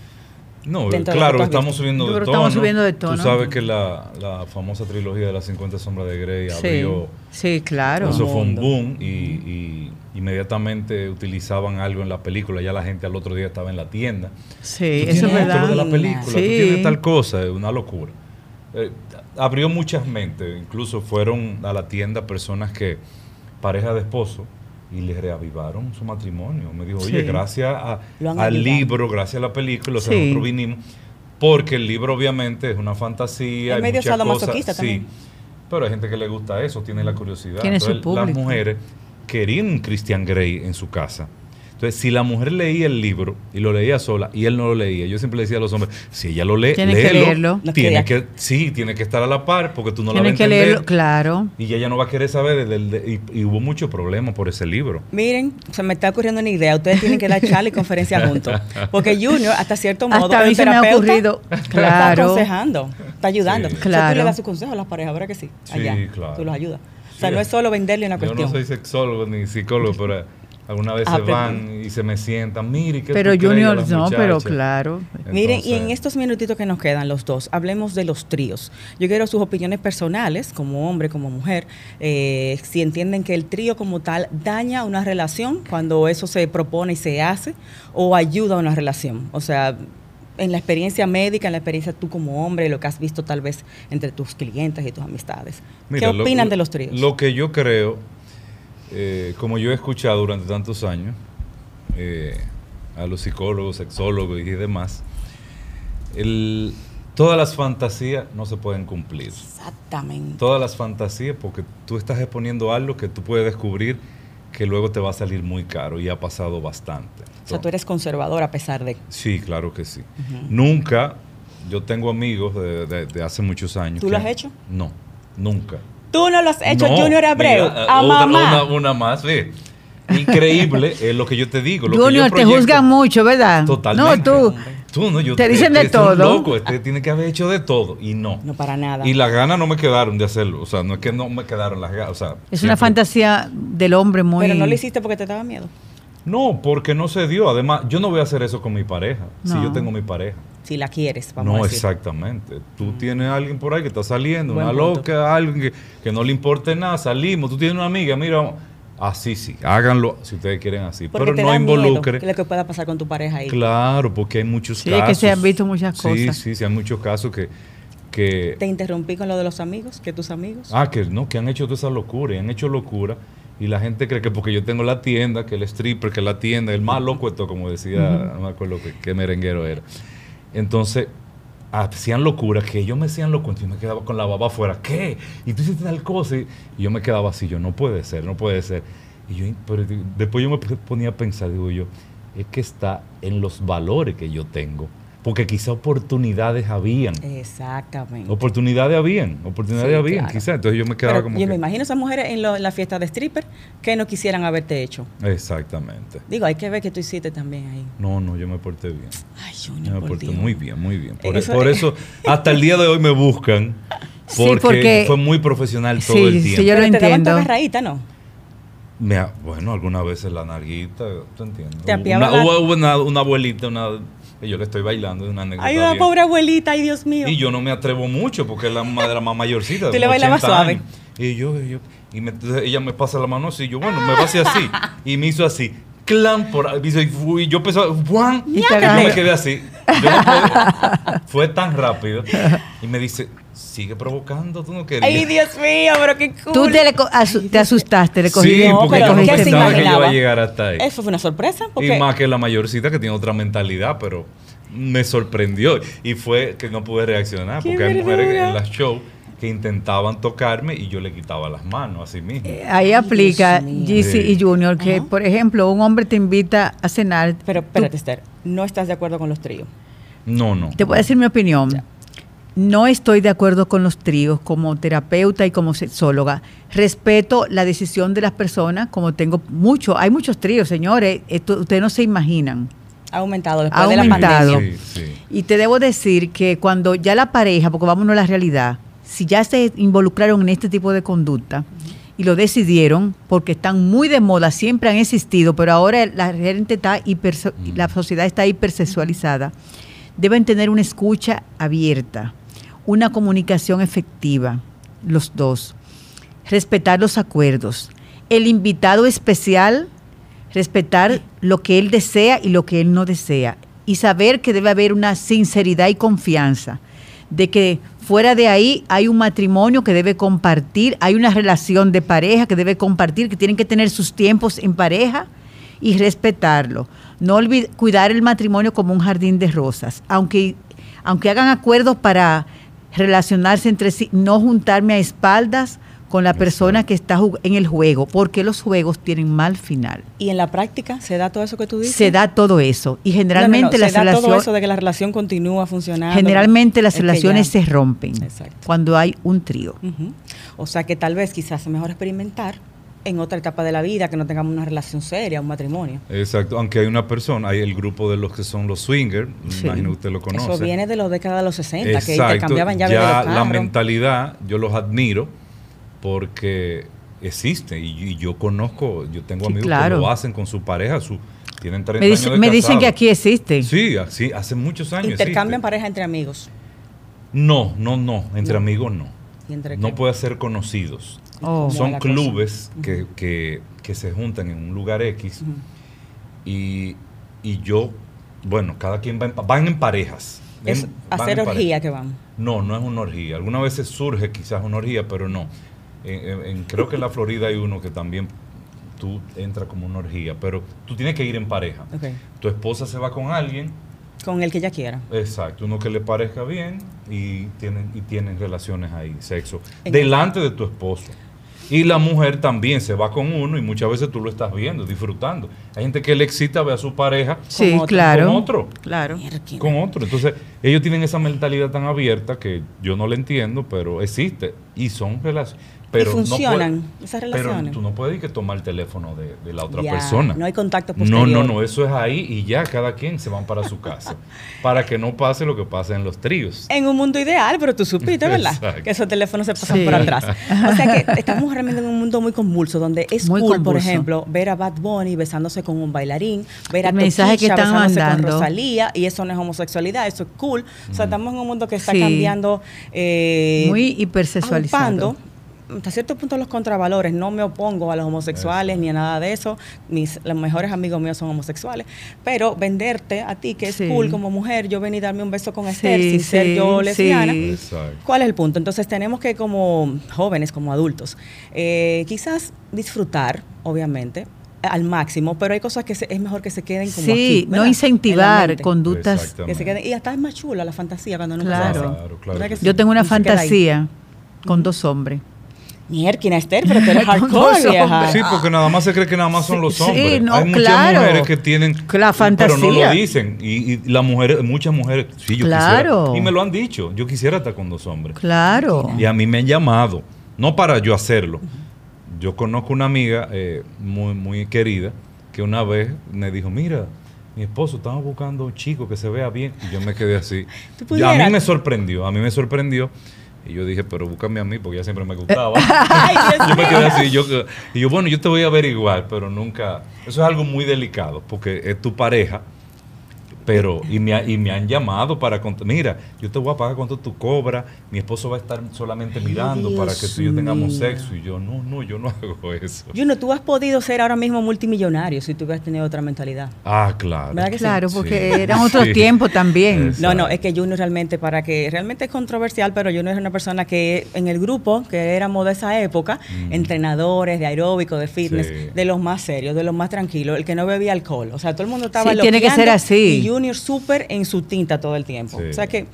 S4: No,
S2: dentro de lo que
S4: claro,
S2: tú has
S4: estamos
S2: visto.
S4: subiendo,
S3: Yo
S4: de
S3: creo que
S4: tono.
S3: estamos subiendo de tono.
S4: Tú sabes que la, la famosa trilogía de las 50 sombras de Grey abrió...
S3: sí, claro.
S4: Eso fue un
S2: Mundo.
S4: boom y, y inmediatamente utilizaban algo en la película. Ya la gente al otro día estaba en la tienda.
S3: Sí,
S4: Tú
S3: eso es
S4: tienes esto, lo de
S3: verdad.
S4: la película, tú
S3: Sí.
S4: tienes tal cosa, es una locura. Eh, abrió muchas mentes, incluso fueron a la tienda personas que, pareja de esposo, y les reavivaron su matrimonio. Me dijo, oye,
S3: Sí.
S4: gracias a-
S2: Lo han
S4: al
S2: avivado.
S4: libro, gracias a la película, o sea,
S3: Sí.
S4: nosotros vinimos. Porque el libro obviamente es una fantasía.
S2: Es
S4: hay
S2: medio
S4: muchas
S2: sadomasoquista
S4: cosas, sí.
S2: también.
S4: Pero hay gente que le gusta eso, tiene la curiosidad.
S3: Tiene su
S4: Entonces, las
S3: público.
S4: mujeres querían un Christian Grey en su casa. Entonces, si la mujer leía el libro y lo leía sola y él no lo leía, yo siempre le decía a los hombres, si ella lo lee,
S3: Tiene que
S4: léelo,
S3: leerlo.
S2: No
S4: Tiene
S2: quería.
S4: que, sí, tiene que estar a la par porque tú no la
S3: Tienen
S4: vas a
S3: que
S4: entender.
S3: leerlo, claro.
S4: Y ella no va a querer saber del- del- y, y hubo muchos problemas por ese libro.
S2: Miren, se me está ocurriendo una idea. Ustedes tienen que dar charla y conferencia juntos. Porque Junior, hasta cierto modo,
S3: Hasta a
S2: es
S3: mí
S2: un
S3: se me ha
S2: terapeuta,
S3: ocurrido,
S2: Está
S3: claro.
S2: aconsejando, está ayudando.
S4: Sí.
S2: O sea, tú
S3: Claro.
S2: le das su consejo a las parejas, ¿verdad que sí?
S4: Sí,
S2: Allá.
S4: claro.
S2: Tú los ayudas. O sea,
S4: Sí.
S2: no es solo venderle una
S4: Yo
S2: cuestión. Ah,
S4: no soy sexólogo ni psicólogo, pero algunas veces
S2: Aprendí.
S4: van y se me sientan, mire, ¿qué
S3: Pero
S4: tú crees de
S3: Junior,
S4: las
S3: no, pero
S4: muchachas?".
S3: claro.
S2: Miren, y en
S4: Entonces-
S2: estos minutitos que nos quedan los dos, hablemos de los tríos. Yo quiero sus opiniones personales, como hombre, como mujer, eh, si entienden que el trío como tal daña una relación cuando eso se propone y se hace, o ayuda a una relación. O sea, en la experiencia médica, en la experiencia tú como hombre, lo que has visto tal vez entre tus clientes y tus amistades.
S4: Mira,
S2: ¿Qué
S4: lo-
S2: opinan
S4: lo-
S2: de los tríos?
S4: Lo que yo creo, eh, como yo he escuchado durante tantos años eh, a los psicólogos, sexólogos y demás, el- todas las fantasías no se pueden cumplir.
S2: Exactamente.
S4: Todas las fantasías, porque tú estás exponiendo algo que tú puedes descubrir que luego te va a salir muy caro y ha pasado bastante.
S2: O sea, tú eres conservador a pesar de...
S4: Sí, claro que sí. Nunca, yo tengo amigos de, de- de hace muchos años.
S2: ¿Tú
S4: que-
S2: lo has hecho?
S4: No, nunca.
S2: Tú no lo has hecho,
S4: No,
S2: Junior Abreu,
S4: mira,
S2: a
S4: otra-
S2: mamá.
S4: Una, una más, ve. Increíble es lo que yo te digo. Lo que yo
S3: Junior, te
S4: proyecto-
S3: juzgan mucho, ¿verdad?
S4: Totalmente.
S3: No, tú.
S4: Tú, no, yo-
S3: Te dicen
S4: este
S3: de
S4: es un
S3: todo.
S4: loco, este tiene que haber hecho de todo. Y no.
S2: No para nada.
S4: Y las ganas no me quedaron de hacerlo. O sea, no es que no me quedaron las ganas. O sea,
S3: Es una
S4: siempre-
S3: fantasía del hombre muy.
S2: Pero no lo hiciste porque te daba miedo.
S4: No, porque no se dio. Además, yo no voy a hacer eso con mi pareja. Si
S3: No.
S4: yo tengo mi pareja.
S2: Si la quieres, vamos
S4: No,
S2: a decir. Mm.
S4: exactamente. Tú tienes a alguien por ahí que está saliendo,
S2: Buen
S4: una
S2: punto.
S4: loca, alguien que, que no le importe nada, salimos, tú tienes una amiga, mira, vamos. así sí, háganlo si ustedes quieren así,
S2: Porque te
S4: pero no
S2: da miedo
S4: involucre.
S2: lo que pueda pasar con tu pareja ahí.
S4: Claro, porque hay muchos
S3: Sí,
S4: casos.
S3: que se han visto muchas
S4: Sí,
S3: cosas.
S4: sí, sí, hay muchos casos que... que
S2: Te interrumpí con lo de los amigos, que tus amigos.
S4: Ah, que no, que han hecho toda esa locura, y han hecho locura. Y la gente cree que porque yo tengo la tienda, que el stripper, que la tienda, el más loco esto, como decía, no me acuerdo qué, qué merenguero era. Entonces, hacían locura, que ellos me hacían locura, y yo me quedaba con la baba afuera, ¿qué? Y tú hiciste tal cosa, y y yo me quedaba así, yo, no puede ser, no puede ser. Y yo, pero di- después yo me ponía a pensar, digo yo, es que está en los valores que yo tengo, porque quizá oportunidades habían.
S2: Exactamente.
S4: Oportunidades habían, oportunidades
S2: Sí,
S4: habían,
S2: claro.
S4: quizás. Entonces yo pues, me quedaba
S2: Pero
S4: como.
S2: yo
S4: que-
S2: me imagino esas mujeres en, lo- en la fiesta de stripper que no quisieran haberte hecho.
S4: Exactamente.
S2: Digo, hay que ver que tú hiciste también ahí.
S4: No, no, yo me porté bien.
S2: Ay,
S4: Yo
S2: Junior,
S4: me
S2: por
S4: porté
S2: Dios.
S4: muy bien, muy bien. Por por
S2: Eso-
S4: eso, hasta el día de hoy me buscan.
S3: Sí,
S4: Porque,
S3: porque-
S4: fue muy profesional todo
S3: Sí,
S4: el
S3: sí,
S4: tiempo.
S3: yo lo
S2: Pero te daban tu
S3: entiendo.
S2: agarradita, ¿no?
S4: Me ha- bueno, algunas veces la narguita, ¿te entiendes?
S2: Te
S4: Hubo
S2: apiaba
S4: una,
S2: la-
S4: hubo- hubo una, una abuelita, una, y yo le estoy bailando de una anécdota.
S2: Hay una
S4: vieja.
S2: pobre abuelita, ay Dios mío.
S4: Y yo no me atrevo mucho porque es la madre más mayorcita.
S2: Tú
S4: de
S2: le
S4: como
S2: bailabas
S4: 80
S2: suave.
S4: años. Y yo, y yo- y me- entonces ella me pasa la mano así, yo, bueno, me va a hacer así. Y me hizo así, clan por ahí. me hizo, y fui, yo empezó, ¡guan!
S3: Y
S4: Y
S3: te
S4: yo me
S3: agarró.
S4: quedé así. Yo no pude. Fue tan rápido. Y me dice, sigue provocando, tú no querías.
S2: Ay, Dios mío, pero qué cool.
S3: Tú te, le co- asu- te asustaste, le cogiste.
S4: Sí,
S2: No,
S4: porque
S2: pero
S4: yo no
S2: ¿qué se
S4: pensaba que yo iba
S2: imaginaba?
S4: a llegar hasta ahí.
S2: Eso fue una sorpresa. Porque
S4: Y más que la mayorcita que tiene otra mentalidad, pero me sorprendió. Y fue que no pude reaccionar,
S2: ¡Qué
S4: porque hay mujeres
S2: verdura!
S4: en las shows que intentaban tocarme y yo le quitaba las manos así mismo.
S3: Eh, Ahí aplica
S2: mío.
S3: GC y
S4: Sí.
S3: Junior, que
S2: Ajá.
S3: por ejemplo, un hombre te invita a cenar.
S2: Pero
S3: tú-
S2: espérate, Esther, no estás de acuerdo con los tríos.
S4: No, no.
S3: Te voy a decir mi opinión. No estoy de acuerdo con los tríos como terapeuta y como sexóloga. Respeto la decisión de las personas, como tengo mucho, hay muchos tríos, señores, esto- ustedes no se imaginan.
S2: Ha aumentado después
S3: Ha
S2: de la
S3: aumentado.
S2: pandemia.
S4: Sí, sí.
S3: Y te debo decir que cuando ya la pareja, porque vámonos a la realidad, si ya se involucraron en este tipo de conducta y lo decidieron, porque están muy de moda, siempre han existido, pero ahora la gente está hiper,
S4: Mm.
S3: la sociedad está hipersexualizada, deben tener una escucha abierta, una comunicación efectiva, los dos, respetar los acuerdos, el invitado especial, respetar lo que él desea y lo que él no desea, y saber que debe haber una sinceridad y confianza, de que fuera de ahí hay un matrimonio que debe compartir, hay una relación de pareja que debe compartir, que tienen que tener sus tiempos en pareja y respetarlo. No olvidar cuidar el matrimonio como un jardín de rosas, aunque, aunque hagan acuerdos para relacionarse entre sí, no juntarme a espaldas con la persona que está en el juego, porque los juegos tienen mal final.
S2: ¿Y en la práctica se da todo eso que tú dices?
S3: Se da todo eso. Y generalmente
S2: No, no, no,
S3: las
S2: se da todo
S3: relaciones...
S2: eso de que la relación continúa funcionando.
S3: Generalmente las
S2: Es que
S3: relaciones
S2: ya-
S3: se rompen
S2: Exacto.
S3: cuando hay un trío.
S2: Ujú. O sea que tal vez quizás es mejor experimentar en otra etapa de la vida que no tengamos una relación seria, un matrimonio.
S4: Exacto, aunque hay una persona, hay el grupo de los que son los swingers,
S3: Sí.
S4: imagino usted lo conoce.
S2: Eso viene de los décadas de los 60, que
S4: Exacto,
S2: intercambiaban llaves de
S4: ya
S2: los
S4: la
S2: carros.
S4: mentalidad, yo los admiro porque existe y, y yo conozco, yo tengo
S3: Sí,
S4: amigos
S3: claro.
S4: que lo hacen con su pareja, su, tienen 30
S3: Me, dice-
S4: años de
S3: me dicen
S4: casado.
S3: que aquí existe.
S4: Sí, así, hace muchos años.
S2: Intercambian
S4: existe.
S2: pareja entre amigos.
S4: No, no, no, entre
S2: No.
S4: amigos no.
S2: ¿Y entre
S4: No
S2: qué?
S4: puede ser conocidos.
S2: ¿Cómo
S3: Oh.
S2: va
S4: Son
S2: la
S4: clubes
S2: cosa?
S4: que, que- que se juntan en un lugar X
S2: Ujú.
S4: y, y yo, bueno, cada quien va en, pa- van en parejas.
S2: Es
S4: En- van
S2: hacer
S4: en parejas.
S2: orgía que van.
S4: No, no es una orgía. Algunas veces surge quizás una orgía, pero no. En- en- en- creo que en la Florida hay uno que también tú entras como una orgía, pero tú tienes que ir en pareja.
S2: Ok.
S4: Tu esposa se va con alguien,
S2: Con el que ella quiera.
S4: exacto, uno que le parezca bien y tienen, y tienen relaciones ahí, sexo,
S2: En-
S4: delante de tu esposo. Y la mujer también se va con uno y muchas veces tú lo estás viendo, disfrutando. Hay gente que le excita ver a su pareja
S3: Sí,
S2: Con otro.
S3: claro.
S4: con otro.
S3: Claro.
S2: Mierda.
S4: con otro. Entonces, ellos tienen esa mentalidad tan abierta que yo no la entiendo, pero existe y son relaciones. Pero
S2: y
S4: no
S2: funcionan
S4: puede-
S2: esas
S4: pero
S2: relaciones.
S4: tú no puedes ir que tomar el teléfono de, de la otra
S2: Ya,
S4: persona.
S2: No hay contacto
S3: pues,
S4: No,
S2: posterior.
S4: no, no, eso es ahí y ya cada quien se van para su casa. para que no pase lo que pasa en los tríos.
S2: En un mundo ideal, pero tú supiste, ¿verdad?
S4: Exacto.
S2: Que esos teléfonos se pasan
S3: Sí.
S2: por atrás. O sea que estamos realmente en un mundo muy convulso, donde es
S3: Muy
S2: cool, por
S3: convulso.
S2: ejemplo, ver a Bad Bunny besándose con un bailarín, ver a
S3: El mensaje que
S2: Toquicha
S3: están
S2: besándose
S3: mandando.
S2: con Rosalía, y eso no es homosexualidad, eso es cool. O sea, estamos en un mundo que está
S3: Sí.
S2: cambiando. eh,
S3: Muy hipersexualizado.
S2: aupando, hasta cierto punto los contravalores, no me opongo a los homosexuales
S4: Exacto.
S2: ni a nada de eso, mis los mejores amigos míos son homosexuales, pero venderte a ti que es
S3: Sí.
S2: cool como mujer, yo venir y darme un beso con
S3: Sí,
S2: Esther sin
S3: sí,
S2: ser yo
S3: sí.
S2: lesbiana.
S4: Exacto.
S2: ¿Cuál es el punto? Entonces tenemos que como jóvenes, como adultos, eh, quizás disfrutar, obviamente, al máximo, pero hay cosas que se- es mejor que se queden como
S3: Sí,
S2: aquí,
S3: no
S2: ¿verdad? En la
S3: incentivar
S2: mente.
S3: conductas.
S2: Que se queden- y hasta es más chula la fantasía cuando no
S3: Claro.
S4: Claro, claro que sí.
S3: Yo tengo una
S2: Y se queda ahí.
S3: fantasía con dos hombres.
S2: Mierkin, Esther, pero tú eres
S3: Con
S2: hardcore,
S3: dos
S2: vieja.
S3: hombres.
S4: Sí, porque nada más se cree que nada más son los
S3: Sí,
S4: hombres.
S3: no,
S4: Hay muchas
S3: claro.
S4: mujeres que tienen.
S3: Que la
S4: Pero no
S3: fantasía.
S4: lo dicen. Y, y las mujeres, muchas mujeres. Sí, yo
S3: Claro.
S4: quisiera. Y me lo han dicho. Yo quisiera estar con dos hombres.
S3: Claro.
S4: Y a mí me han llamado. No para yo hacerlo. Yo conozco una amiga eh, muy, muy querida que una vez me dijo: Mira. Mi esposo, estamos buscando un chico que se vea bien. Y yo me quedé así.
S2: Tú
S4: Y a mí
S2: pudieras.
S4: me sorprendió, a mí me sorprendió. Y yo dije, pero búscame a mí, porque ya siempre me gustaba.
S2: Ay, Dios
S4: Yo me quedé
S2: mío.
S4: así, yo, y yo, bueno, yo te voy a averiguar, pero nunca. Eso es algo muy delicado, porque es tu pareja, pero. Y me, ha- y me han llamado para. cont- Mira, yo te voy a pagar cuánto tú cobras, mi esposo va a estar solamente mirando para que tú y yo
S2: Dios
S4: tengamos
S2: mío.
S4: sexo. Y yo, no, no, yo no hago eso.
S2: Juno, tú has podido ser ahora mismo multimillonario si tú hubieras tenido otra mentalidad.
S4: Ah, claro.
S2: ¿Verdad que sí?
S3: Claro,
S4: Sí.
S3: porque eran otros
S4: Sí.
S3: tiempos también.
S4: Es-
S2: No, no,
S4: Exacto.
S2: es que Juno realmente, para que realmente es controversial, pero Juno es una persona que en el grupo que éramos de esa época,
S4: Mm.
S2: entrenadores de aeróbico, de fitness,
S4: Sí.
S2: de los más serios, de los más tranquilos, el que no bebía alcohol. O sea, todo el mundo estaba
S3: Sí, tiene que
S2: loqueando
S3: ser así.
S2: Y Junior súper en su tinta todo el tiempo.
S4: Sí.
S2: O sea que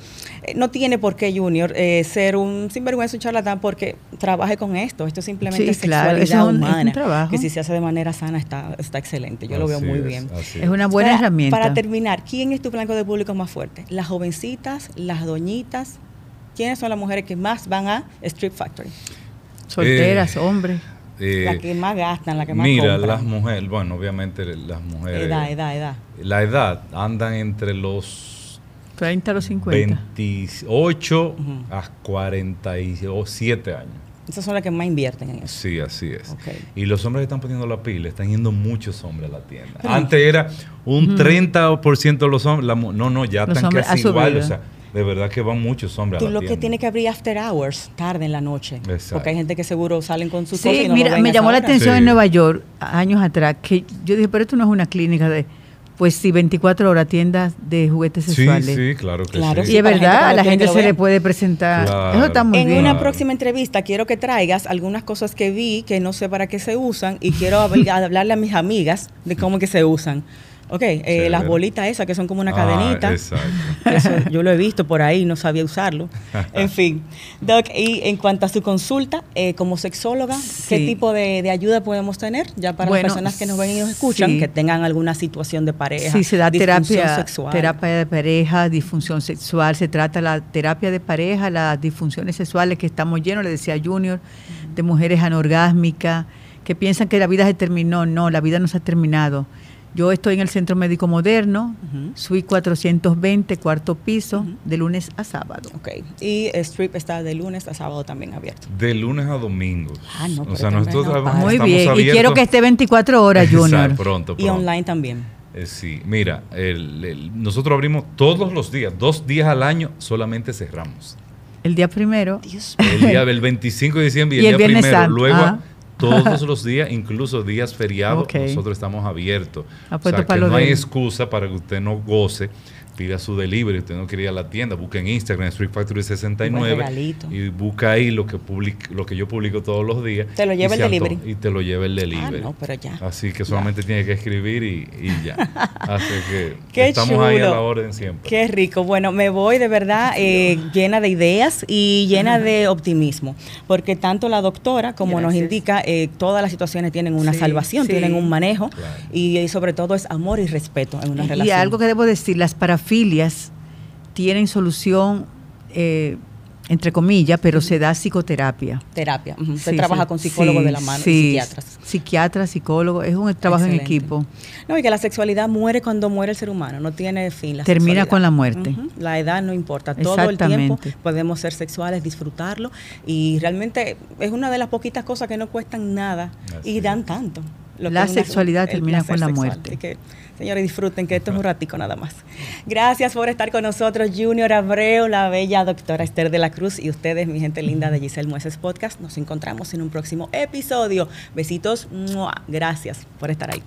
S2: eh, no tiene por qué Junior eh, ser un sinvergüenza, un charlatán, porque trabaje con esto. Esto es simplemente
S3: Sí,
S2: es sexualidad
S3: claro, eso es un- es un
S2: humana.
S3: trabajo.
S2: Que si se hace de manera sana está, está excelente. Yo lo veo
S4: Así
S2: muy
S4: es,
S2: bien.
S4: así
S3: Es una buena
S2: Para-
S3: herramienta.
S2: Para terminar, ¿quién es tu blanco de público más fuerte? ¿Las jovencitas? ¿Las doñitas? ¿Quiénes son las mujeres que más van a Strip Factory?
S3: Solteras, hombres.
S4: Eh,
S2: las que más gastan, las que más
S4: Mira,
S2: compran.
S4: las mujeres, bueno, obviamente las mujeres.
S2: Edad, edad, edad.
S4: La edad andan entre los
S3: 30 a los 50.
S4: 28
S2: Ujú.
S4: a 47 años.
S2: Esas son las que más invierten en eso.
S4: Sí, así es.
S2: Ok.
S4: Y los hombres que están poniendo la pila, están yendo muchos hombres a la tienda. Antes era un 30% de los hombres, la mu- no, no, ya
S3: Los
S4: están
S3: hombres, ha
S4: casi igual.
S3: subido.
S4: O sea, de verdad que van muchos hombres
S2: Tú
S4: a la
S2: lo
S4: tienda.
S2: que tiene que abrir after hours, tarde en la noche.
S4: Exacto.
S2: Porque hay gente que seguro salen con sus cosas y
S3: Sí,
S2: no lo
S3: mira,
S2: ven a
S3: me
S2: esa
S3: llamó la
S2: hora.
S3: atención
S4: Sí.
S3: en Nueva York a- años atrás que yo dije, pero esto no es una clínica de, pues sí, 24 horas tiendas de juguetes sexuales.
S4: Sí, sí, claro que
S2: Claro,
S4: sí.
S3: Y es
S2: para la gente
S3: verdad, a
S2: cuando
S3: la
S2: tiene
S3: gente
S2: que lo
S3: se le
S2: vea.
S3: puede presentar.
S4: Claro.
S3: Eso está muy
S2: en
S3: bien.
S2: una
S4: Claro.
S2: próxima entrevista quiero que traigas algunas cosas que vi que no sé para qué se usan y quiero habl- hablarle a mis amigas de cómo que se usan. Ok, eh,
S4: Chévere.
S2: las bolitas esas que son como una
S4: Ah,
S2: cadenita.
S4: Exacto.
S2: Eso yo lo he visto por ahí, no sabía usarlo. En fin, Doc, y en cuanto a su consulta, eh, como sexóloga, ¿qué
S3: Sí.
S2: tipo de, de ayuda podemos tener? Ya para
S3: Bueno,
S2: las personas que nos ven y nos escuchan,
S3: sí.
S2: que tengan alguna situación de pareja.
S3: Sí, se da
S2: disfunción
S3: terapia,
S2: sexual.
S3: terapia de pareja, disfunción sexual, se trata la terapia de pareja, las disfunciones sexuales que estamos llenos, le decía Junior, de mujeres anorgásmicas, que piensan que la vida se terminó, no, la vida no se ha terminado. Yo estoy en el Centro Médico Moderno,
S2: Ujú.
S3: SUI 420, cuarto piso,
S2: Ujú.
S3: de lunes a sábado.
S2: Ok, y eh, Strip está de lunes a sábado también abierto.
S4: De lunes a domingo.
S2: Ah, no,
S4: o
S2: pero
S4: sea,
S2: también
S4: nosotros
S2: no
S4: trabajamos-
S2: para.
S3: Muy
S4: estamos
S3: bien, y
S4: abiertos-
S3: quiero que esté 24 horas,
S4: Exacto,
S3: Junior.
S4: pronto,
S2: Y
S4: pronto.
S2: online también.
S4: Eh, sí, mira, el- el- nosotros abrimos todos los días, dos días al año, solamente cerramos.
S3: El día primero,
S2: Dios mío.
S4: El día del 25 de diciembre y,
S3: Y
S4: el
S3: el
S4: día
S3: Viernes
S4: primero.
S3: Santo,
S4: Luego,
S3: ajá.
S4: todos los días, incluso días feriados,
S3: Ok.
S4: nosotros estamos abiertos.
S3: Ah,
S4: o
S3: pues,
S4: sea,
S3: para
S4: que
S3: lo
S4: no hay
S3: del-
S4: excusa para que usted no goce. Pida su delivery, usted no quiere ir a la tienda, busca en Instagram, Street Factory
S2: Buen
S4: 69
S2: regalito.
S4: y busca ahí lo que public- lo que yo publico todos los días.
S2: Te lo lleva
S4: y
S2: el
S4: se anto-
S2: delivery.
S4: Y te lo lleva el
S2: Ah,
S4: delivery.
S2: no, pero ya.
S4: Así que solamente tiene que escribir y, y ya. Así que
S2: Qué
S4: estamos ahí a
S2: chulo.
S4: la orden siempre.
S2: Qué rico. Bueno, me voy de verdad eh, llena de ideas y llena de optimismo, porque tanto la doctora como nos
S3: Gracias.
S2: indica, eh, todas las situaciones tienen una
S3: Sí,
S2: salvación,
S3: sí.
S2: tienen un manejo
S4: Claro.
S2: y, eh, sobre todo es amor y respeto en una
S3: Y-
S2: relación.
S3: Y algo que debo decir, las parafilias tienen solución, eh, entre comillas, pero se da psicoterapia.
S2: terapia. Ujú. Usted
S3: Sí,
S2: trabaja
S3: sí.
S2: con psicólogos
S3: Sí,
S2: de la mano
S3: sí.
S2: y psiquiatras.
S3: Psiquiatras, psicólogos, es un trabajo en
S2: Excelente.
S3: equipo.
S2: No, y que la sexualidad muere cuando muere el ser humano, no tiene fin. la
S3: Termina
S2: sexualidad.
S3: con la muerte.
S2: Ujú, La edad no importa, todo el tiempo
S3: Exactamente.
S2: podemos ser sexuales, disfrutarlo y realmente es una de las poquitas cosas que no cuestan nada
S4: Así
S2: y dan
S4: es.
S2: tanto.
S3: La
S2: que es una-
S3: sexualidad
S2: el
S3: termina
S2: placer
S3: con la
S2: sexual.
S3: muerte.
S2: Así que, señores, disfruten que esto es un ratico nada más. Gracias por estar con nosotros, Junior Abreu, la bella doctora Esther de la Cruz y ustedes, mi gente linda de Giselle Mueces Podcast. Nos encontramos en un próximo episodio. Besitos, ¡mua! gracias por estar ahí.